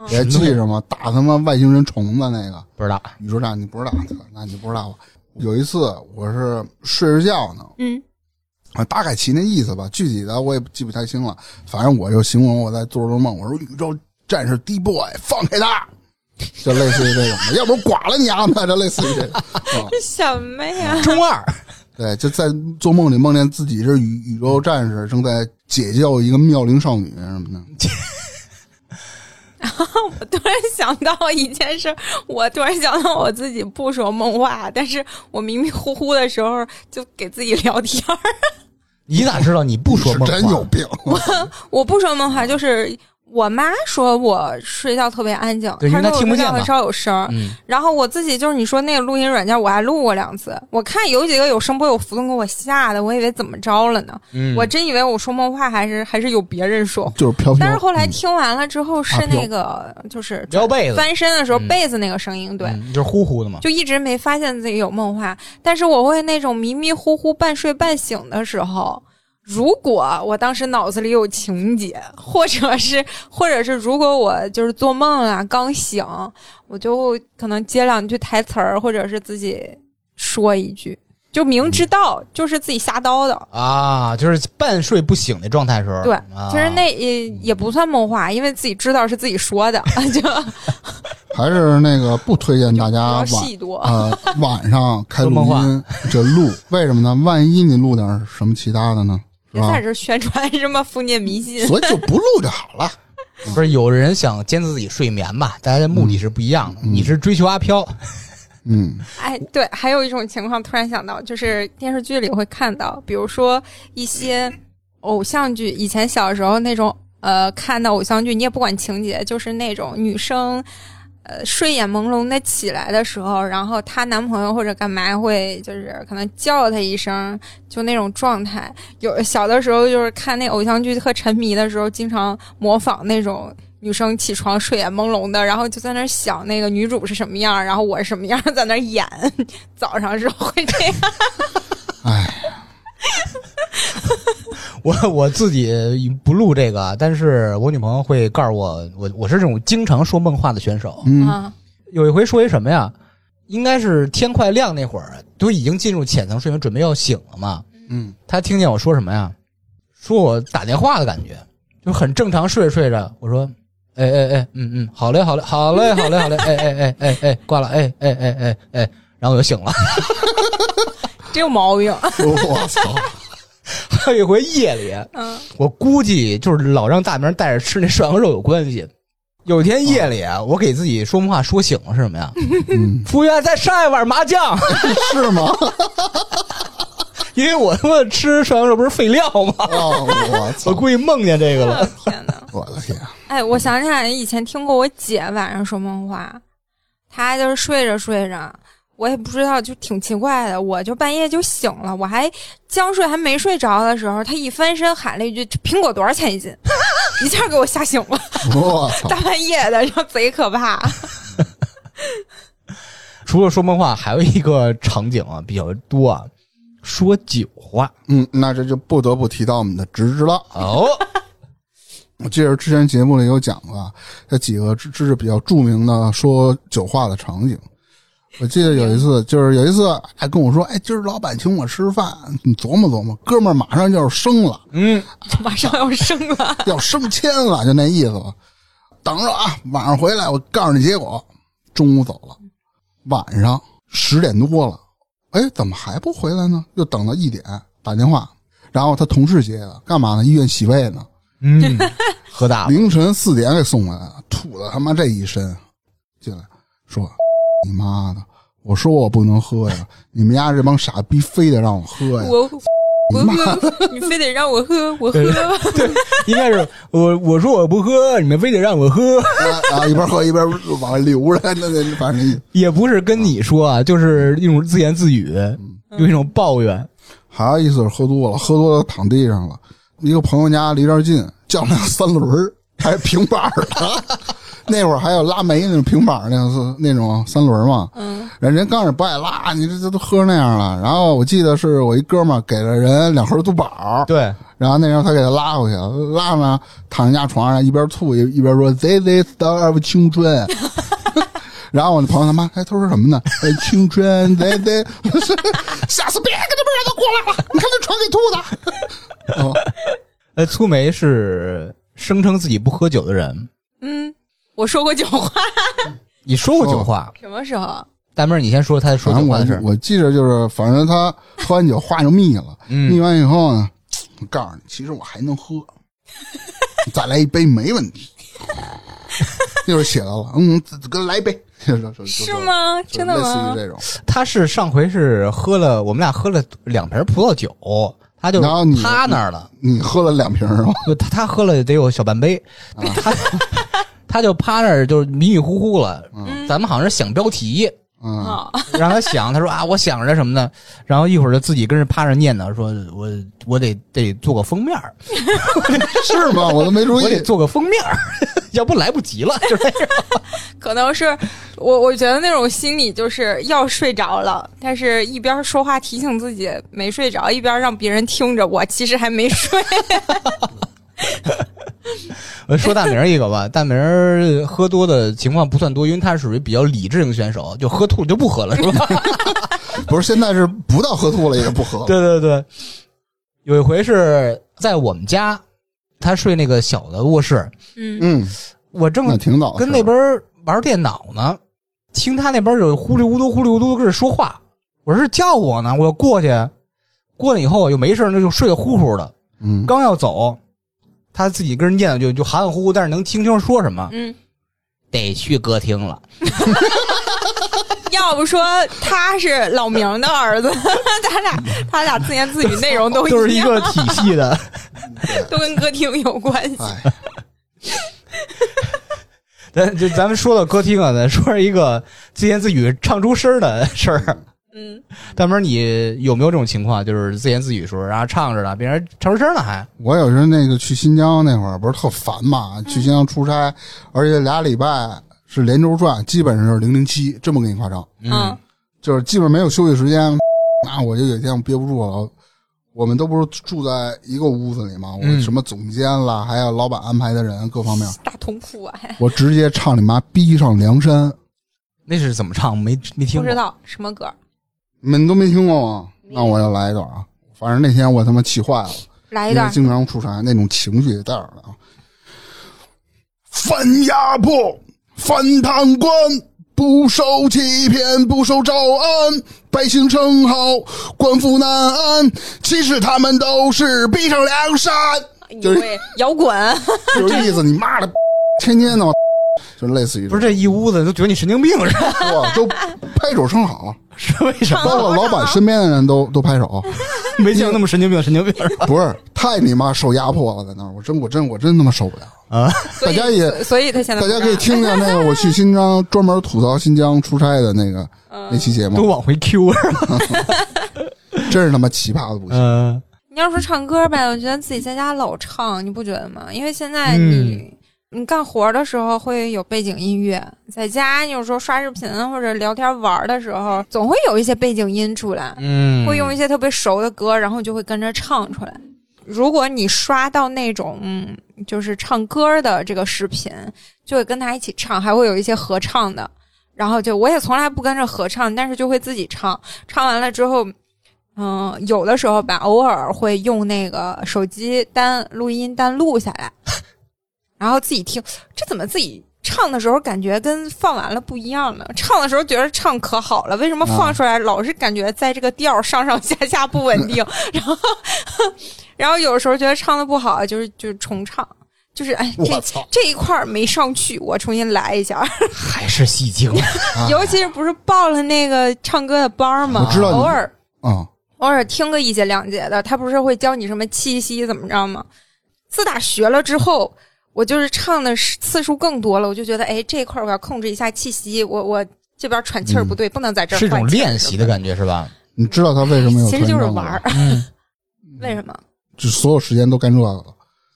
嗯
你还记着吗？打他妈外星人虫子那个
不 [laughs] 知道。
宇宙战，你不知道？操那你不知道吧？有一次我是睡着觉呢，
嗯
啊，大概其那意思吧，具体的我也记不太清了。反正我就形容我在做着梦，我说宇宙战士 D boy 放开他，就类似于这种
[laughs]
的，要不然剐了你丫的，就类似于这种。啊，
什么呀？
中二，
对，就在做梦里梦见自己是宇宇宙战士，正在解救一个妙龄少女什么的。
我突然想到一件事儿，我突然想到我自己不说梦话，但是我迷迷糊糊的时候就给自己聊天儿。
你咋知道你不说梦
是真有
话？
病。
我不说梦话，就是我妈说我睡觉特别安静，
对因
她
为她
说我
听不
睡觉
见嘛
很少有声儿。
嗯，
然后我自己就是你说那个录音软件，我还录过两次，我看有几个有声波有浮动，给我吓的，我以为怎么着了呢？
嗯
我真以为我说梦话还是还是有别人说。
就是飘飘。
但是后来
嗯
听完了之后是
啊
那个就是
撩被子，
翻身的时候
嗯
被子那个声音，对，
嗯就是呼呼的嘛。
就一直没发现自己有梦话，但是我会那种迷迷糊糊、半睡半醒的时候，如果我当时脑子里有情节，或者是 [laughs] 或者是如果我就是做梦啊，刚醒，我就可能接两句台词儿，或者是自己说一句，就明知道就是自己瞎叨叨。
啊，就是半睡不醒的状态时候。
对
啊、
其实那也也不算梦话，因为自己知道是自己说的， [laughs] 就
还是那个不推荐大家
比较
啊晚
戏多。
啊、晚上开录
说梦 [laughs]
音这录，为什么呢？万一你录点什么其他的呢？是
别
吧
在？这宣传什么封建迷
[laughs]
信，
所以就不录就好了。
不是有人想监测自己睡眠吧？大家的目的是不一样的。你是追求阿飘，
嗯，
哎，对，还有一种情况，突然想到，就是电视剧里会看到，比如说一些偶像剧，以前小时候那种，呃，看到偶像剧，你也不管情节，就是那种女生，呃，睡眼朦胧的起来的时候，然后她男朋友或者干嘛会就是可能叫她一声，就那种状态。有小的时候就是看那偶像剧特沉迷的时候，经常模仿那种女生起床睡眼朦胧的，然后就在那儿想那个女主是什么样，然后我是什么样，在那儿演。早上时候会这样，
哎，
我我自己不录这个，但是我女朋友会告诉我，我我是这种经常说梦话的选手。
嗯，
啊，
有一回说一什么呀？应该是天快亮那会儿，都已经进入浅层睡眠，准备要醒了嘛。
嗯，
她听见我说什么呀？说我打电话的感觉，就很正常睡着睡着，我说。哎哎哎，嗯嗯，好嘞，好嘞，好嘞，好嘞，好嘞，哎哎哎哎哎，挂了，哎哎哎哎哎，然后我就醒了。 [laughs]
真有毛病。
我操，
还有一回夜里，
嗯
我估计就是老让大明带着吃那涮羊肉有关系。有一天夜里啊，我给自己说梦话说醒了是什么呀？
嗯，
服务员再上一碗麻 [laughs] 酱，
是吗？
因为我他妈吃涮羊肉不是废料吗？
哦，我操
我，估计梦见这个了。
天哪！
我的天，啊
哎，我想起来以前听过我姐晚上说梦话，她就是睡着睡着，我也不知道，就挺奇怪的，我就半夜就醒了，我还将睡还没睡着的时候，她一翻身喊了一句：“这苹果多少钱一斤？”一下给我吓醒了，
我操，
大半夜的，然后贼可怕。
[laughs]
[laughs]
除了说梦话，还有一个场景啊比较多，啊，说酒话。
嗯，那这就不得不提到我们的直直了。
哦，
我记得之前节目里有讲过啊这几个知知识比较著名的说酒话的场景。我记得有一次，就是有一次还跟我说：“哎，今儿老板请我吃饭，你琢磨琢磨，哥们儿马上就要生了，
嗯，
马上要生了，
要升迁了，就那意思吧。等着啊，晚上回来我告诉你结果。”中午走了，晚上十点多了，哎，怎么还不回来呢？又等到一点打电话，然后他同事接的，干嘛呢？医院洗胃呢。
嗯，喝大了。
凌晨四点给送过来了，吐的他妈这一身，进来说你妈的，我说我不能喝呀， [laughs] 你们家这帮傻逼非得让我喝哎呀，
我我喝， [laughs] 你非得让我喝，我喝吧。
对，应该是我我说我不喝，你们非得让我喝，
然啊后一边喝一边往外流着，那那反正那意思。
也不是跟你说啊，就是一种自言自语，有一种抱怨。
还有一次是喝多了，喝多了躺地上了，一个朋友家离这儿近，叫辆三轮儿，还平板儿的。 [laughs] 那会儿还有拉煤那种平板儿那种那种三轮儿嘛，
嗯，
人人刚开始不爱拉，你这这都喝成那样了。然后我记得是我一哥们儿给了人两盒杜宝儿，
对，
然后那时候他给他拉回去了，拉呢躺人家床上一边吐一一边说 “This is the of
[laughs]
青春”，然后我那朋友他妈哎他说什么呢？哎青春，This is [laughs] 下次别跟他们让他过来了，你看这床给
[laughs]
吐的。哦，
呃，粗梅是声称自己不喝酒的人。
嗯，我说过酒话，
你说过酒话，
什么时候？？
大妹儿，你先说他说
反
酒
正
话
我
的事儿。
我记着就是，反正他喝完酒话就密了，密
嗯，
完以后呢，我告诉你，其实我还
[laughs]
能喝，再来一杯没问题。一会儿写到了，嗯，给我来
[laughs]
一杯，就就就就是
吗？
就
真的
类似于
吗？
这种，
他是上回是喝了，我们俩喝了两瓶葡萄酒，他就
然后你
他那儿了，
你喝了两瓶是吧？
就他他喝了得有小半杯，
啊
[laughs] 他他就趴那儿就是迷迷糊糊了。
嗯
咱们好像是想标题，啊
嗯，
哦， [laughs]
让他想，他说啊，我想着什么呢？然后一会儿就自己跟着趴着念叨，说我我得得做个封面儿，
是吗？我都没注
我得
意。
做个封面儿， [laughs] 要不来不及了，就是这样。
可能是我，我觉得那种心理就是要睡着了，但是一边说话提醒自己没睡着，一边让别人听着我其实还没 [laughs] 睡。
呃说大明儿一个吧，大明儿喝多的情况不算多，因为他属于比较理智型选手，就喝吐了就不喝了，是吧？
[laughs] 不是，现在是不到喝吐了也不喝。
对对对，有一回是在我们家，他睡那个小的卧室，
嗯
嗯，
我正
那挺早。
跟
是
那边玩电脑呢，听他那边有呼噜咕嘟呼噜咕嘟跟着说话，我说是叫我呢，我过去，过来以后我就没事，那就睡得呼呼的，
嗯，
刚要走，他自己跟人念叨就就含含糊糊，但是能听清说什么，
嗯，
得去歌厅了。
要不说他是老明的儿子， [laughs] 他俩他俩自言自语内容都
都是
一
一
样，
个体系的， [laughs]
都跟歌厅有关系。
哎，
咱就咱们说到歌厅啊，咱说一个自言自语唱出声儿的事儿。 [laughs]
嗯，
大门，你有没有这种情况？就是自言自语的时候，然后唱着呢，别人唱出声了还，
我有时候那个去新疆那会儿不是特烦嘛，去新疆出差，而且俩礼拜是连轴转，基本上是零零七，这么给你夸张，
嗯，
就是基本没有休息时间。 [laughs] 那我就有一天我憋不住了，我们都不是住在一个屋子里嘛，我
嗯
什么总监啦，还有老板安排的人各方面，
大同铺啊，
哎
还
我直接唱你妈逼上梁山，
那是怎么唱？没没听
不
过
知道什么歌，
你们都没听过吗？那我要来一段啊！反正那天我他妈气坏了。
来一
因为
段。
经常出差，那种情绪也带着呢啊。反压迫，反贪官，不受欺骗，不受招安，百姓称号，官府难安。其实他们都是逼上梁山，就是
对，摇
[laughs]
滚，
就是意思，你妈的， [laughs] 天天的， [laughs] 就类似于
不是这一屋子都觉得你神经病是吧？ [laughs]
这，哇都拍手称好，
是为
[laughs]
什么？
包括老板身边的人都都拍手。
没见过那么神经病，神经病是吧
[laughs] 不是太你妈受压迫了，在那儿，我真我真我真他妈受不了。
啊？
所以
大家也
所所以他现在
大家
不
可以
干
听听那个我去新疆专门吐槽新疆出差的那个
嗯
那期节
都
目，
往回 Q
[laughs]
是吧？
真是他妈奇葩的不行。
嗯，
你要说唱歌呗，我觉得自己在家老唱，你不觉得吗？因为现在
嗯
你、你干活的时候会有背景音乐，在家你有时候刷视频或者聊天玩的时候，总会有一些背景音出来，
嗯
会用一些特别熟的歌，然后就会跟着唱出来。如果你刷到那种嗯，就是唱歌的这个视频，就会跟他一起唱，还会有一些合唱的。然后就我也从来不跟着合唱，但是就会自己唱。唱完了之后，嗯、有的时候吧，偶尔会用那个手机单录音单录下来， [laughs] 然后自己听。这怎么自己唱的时候感觉跟放完了不一样呢？唱的时候觉得唱可好了，为什么放出来老是感觉在这个调儿上上下下不稳定？ [laughs] 然后，然后有时候觉得唱的不好，就是就是重唱，就是哎，这
我操，
这一块儿没上去，我重新来一下。
[laughs]
还是戏精，
啊
尤其是不是报了那个唱歌的班儿吗？
我知道你
偶尔
嗯
啊！
偶尔听个一节两节的，他不是会教你什么气息怎么着吗？自打学了之后，我就是唱的是次数更多了，我就觉得，哎，这一块儿我要控制一下气息，我我这边喘气儿不对，不能在 [laughs] 这儿
嗯是一种
换气儿
练习的感觉是吧？
你知道他为什么有
其
传
实就是
唱吗
玩儿，
嗯，
[laughs] 为什么？
就所有时间都干这个了，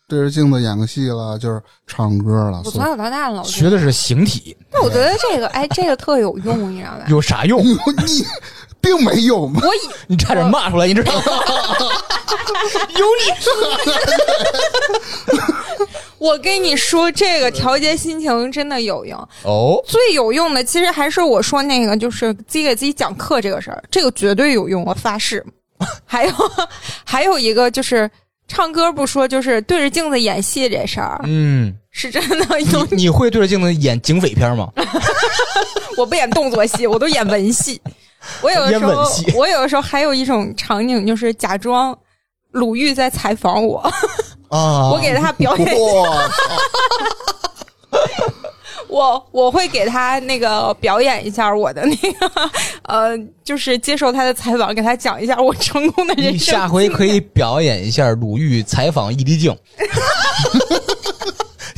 对着镜子演个戏了，就是唱歌了，
我
所
从
以
小到大老
学的是形体，
但我觉
[laughs]
得这个，哎，这个特有用，你知道吧？
有啥
[laughs]
用？
你你并没有嘛，
我以
你差点骂出来，你知道吗？
[laughs] 有你。 [laughs] 我跟你说，这个调节心情真的有用。
哦，
最有用的其实还是我说那个，就是自己给自己讲课这个事儿，这个绝对有用，我发誓。 [laughs] 还有还有一个就是唱歌不说，就是对着镜子演戏这事儿、
嗯，
是真的有。
[laughs] 你你会对着镜子演警匪片
[laughs]
吗？
我不演动作戏，我都演文戏。 [laughs] 我有的时
演
候
吻戏，
我有的时候还有一种场景就是假装鲁豫在采访我，
啊
[laughs]
哦
我给他表演
我操，
我我我会给他那个表演一下我的那个呃，就是接受他的采访，给他讲一下我成功的人
你
生。
下回可以表演一下鲁豫采访易立竞， [laughs]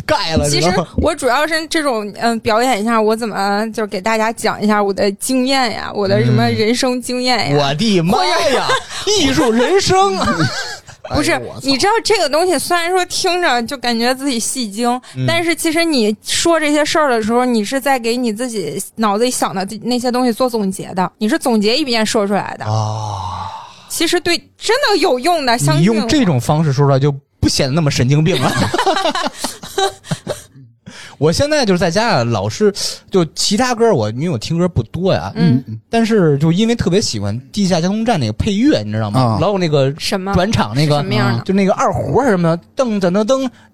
盖了，
其
知
实
道吗？
我主要是这种嗯、表演一下我怎么就是给大家讲一下我的经验呀，我的什么人生经验哎呀。
嗯我的妈
[laughs]
呀，艺术人生啊！
不是
哎呦我，操
你知道这个东西虽然说听着就感觉自己戏精，
嗯
但是其实你说这些事儿的时候，你是在给你自己脑子里想的那些东西做总结的，你是总结一遍说出来的。
啊
其实对，真的有用的，相
你
信我
用这种方式说出来就不显得那么神经病了。 [laughs] 我现在就是在家，老是就其他歌我因为我听歌不多呀，
嗯
但是就因为特别喜欢《地下交通站》那个配乐，你知道吗
啊？
老有那个
什么
转场那
是
个
什么样的？
就那个二胡还是什么的，噔噔噔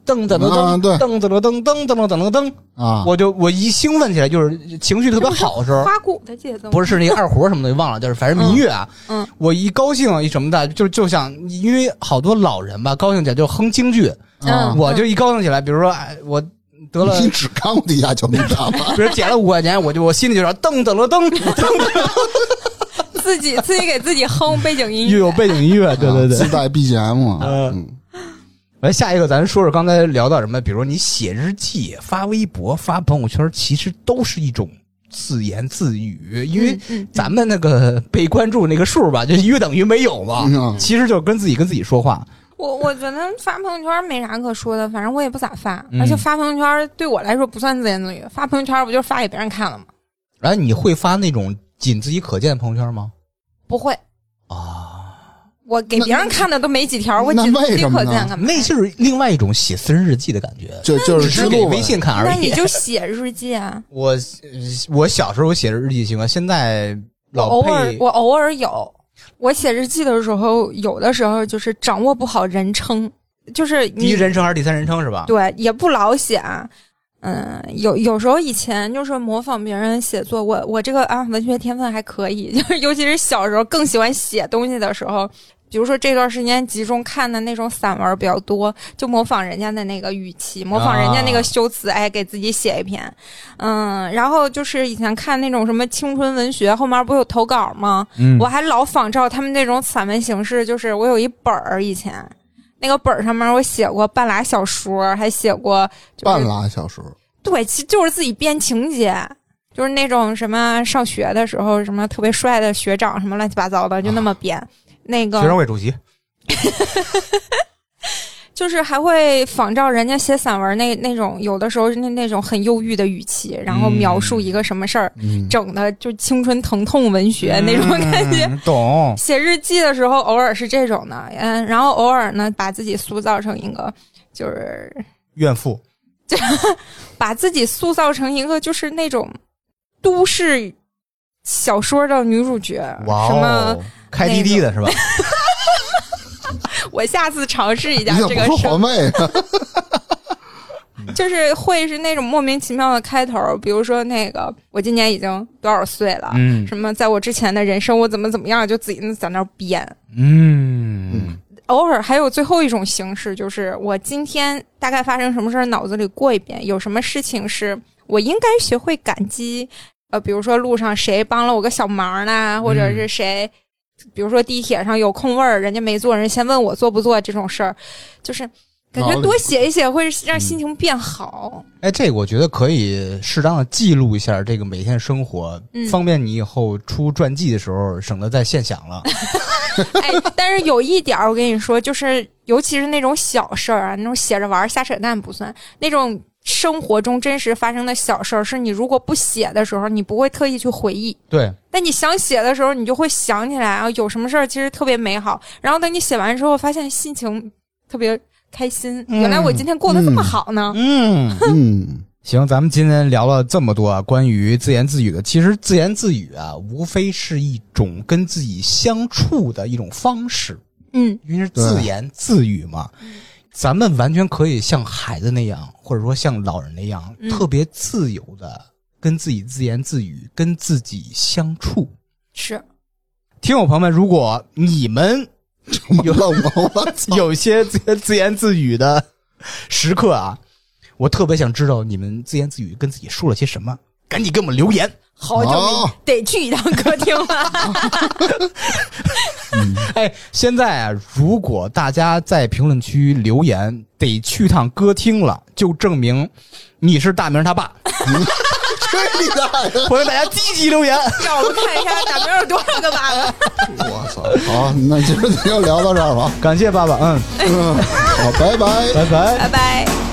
噔噔噔噔
啊
噔，
对
噔噔噔噔噔噔噔噔噔，
啊，
我就我一兴奋起来，就是情绪特别好的时候，
花鼓的节奏
不是是那个二胡什么的，忘了，就是反正民乐啊，
嗯嗯
我一高兴一什么的，就就像因为好多老人吧，高兴起来就哼京剧，
啊
嗯
我就一高兴起来，比如说哎，我得了。
你只看过地下交通站吗？
比如捡了五块钱，我就我心里就说噔噔了噔，
自己自己给自己哼背景音
又有
乐，
背景音乐， [laughs] 对对
啊自
对。
带 BGM 啊，
嗯来下一个，咱说说刚才聊到什么，比如你写日记、发微博、发朋友圈，其实都是一种自言自语，因为
嗯
咱们那个被关注那个数吧，就 [laughs] 约等于没有嘛
嗯啊，
其实就是跟自己跟自己说话。
我我觉得发朋友圈没啥可说的，反正我也不咋发，
嗯
而且发朋友圈对我来说不算自言自语，发朋友圈不就是发给别人看了吗？
然后你会发那种仅自己可见的朋友圈吗？
不会，
啊，
我给别人看的都没几条，
那
我仅
那为
自己
什么
可
呢
见干嘛
那
呀？
就是另外一种写私人日记的感觉，
就就
只是
是记
给
录呗
微信看而
那
已
你。就写日记啊，
我我小时候写日记习惯，现在 [laughs]
我
老
偶尔
配
我偶尔有，我写日记的时候，有的时候就是掌握不好人称，就是
第一
你
人称还是第三人称是吧？
对，也不老写啊。嗯，有有时候以前就是模仿别人写作，我我这个啊文学天分还可以， [laughs] 就是尤其是小时候更喜欢写东西的时候，比如说这段时间集中看的那种散文比较多，就模仿人家的那个语气，模仿人家那
啊
个修辞，哎，给自己写一篇。嗯，然后就是以前看那种什么青春文学，后面不有投稿吗？
嗯
我还老仿照他们那种散文形式，就是我有一本儿，以前那个本儿上面我写过半拉小说，还写过就是
半拉小时，
对，其实就是自己编情节，就是那种什么上学的时候，什么特别帅的学长，什么乱七八糟的，就那么编。那
啊学生
个
会主席
就是还会仿照人家写散文那那种，有的时候是那那种很忧郁的语气，然后描述一个什么事儿，
嗯，
整的就青春疼痛文学那种感觉。
嗯懂？
写日记的时候，偶尔是这种的，嗯，然后偶尔呢，把自己塑造成一个，就是
怨妇
把自己塑造成一个就是那种都市小说的女主角，
哇
什么
哦，开滴滴的是吧？ [laughs]
我下次尝试一
你
下
怎
这
么
个
哎不
事
说啊
儿
环，卫
[laughs]
呢？
就是会是那种莫名其妙的开头，比如说那个我今年已经多少岁了。
嗯
什么，在我之前的人生，我怎么怎么样，就自己在那儿编。
嗯，
偶尔还有最后一种形式，就是我今天大概发生什么事儿，脑子里过一遍，有什么事情是我应该学会感激，呃，比如说路上谁帮了我个小忙
嗯
呢，或者是谁，比如说地铁上有空位儿，人家没坐，人家先问我坐不坐这种事儿，就是感
脑
觉
里嗯
多写一写会让心情变好。
哎，这个我觉得可以适当的记录一下这个每天生活，
嗯
方便你以后出传记的时候省得再现想 [laughs] 了。
[laughs] 哎，但是有一点儿，我跟你说，就是尤其是那种小事儿啊，那种写着玩儿瞎扯淡不算，那种生活中真实发生的小事儿，是你如果不写的时候，你不会特意去回忆。
对，
但你想写的时候，你就会想起来啊，有什么事儿其实特别美好。然后等你写完之后，发现心情特别开心，
嗯
原来我今天过得这么好呢。
嗯。
嗯，
行，咱们今天聊了这么多啊，关于自言自语的。其实自言自语啊，无非是一种跟自己相处的一种方式，
嗯
因为是自言自语嘛。咱们完全可以像孩子那样，或者说像老人那样，
嗯
特别自由的跟自己自言自语，跟自己相处。
是
听友朋友们，如果你们
怎么了？我我
[laughs]
操！
有一些自自言自语的时刻啊，我特别想知道你们自言自语跟自己说了些什么，赶紧给我们留言。
好久没
哦
得去一趟歌厅了。
[laughs] 哎，现在啊，如果大家在评论区留言得去趟歌厅了，就证明你是大明他爸。
这你大爷！
欢迎大家积极留言。
让我们看一下大明有多少个娃娃。
我操！好，那今儿就聊到这儿吧。
感谢爸爸，嗯，
嗯，好，拜拜。
拜拜。
拜拜。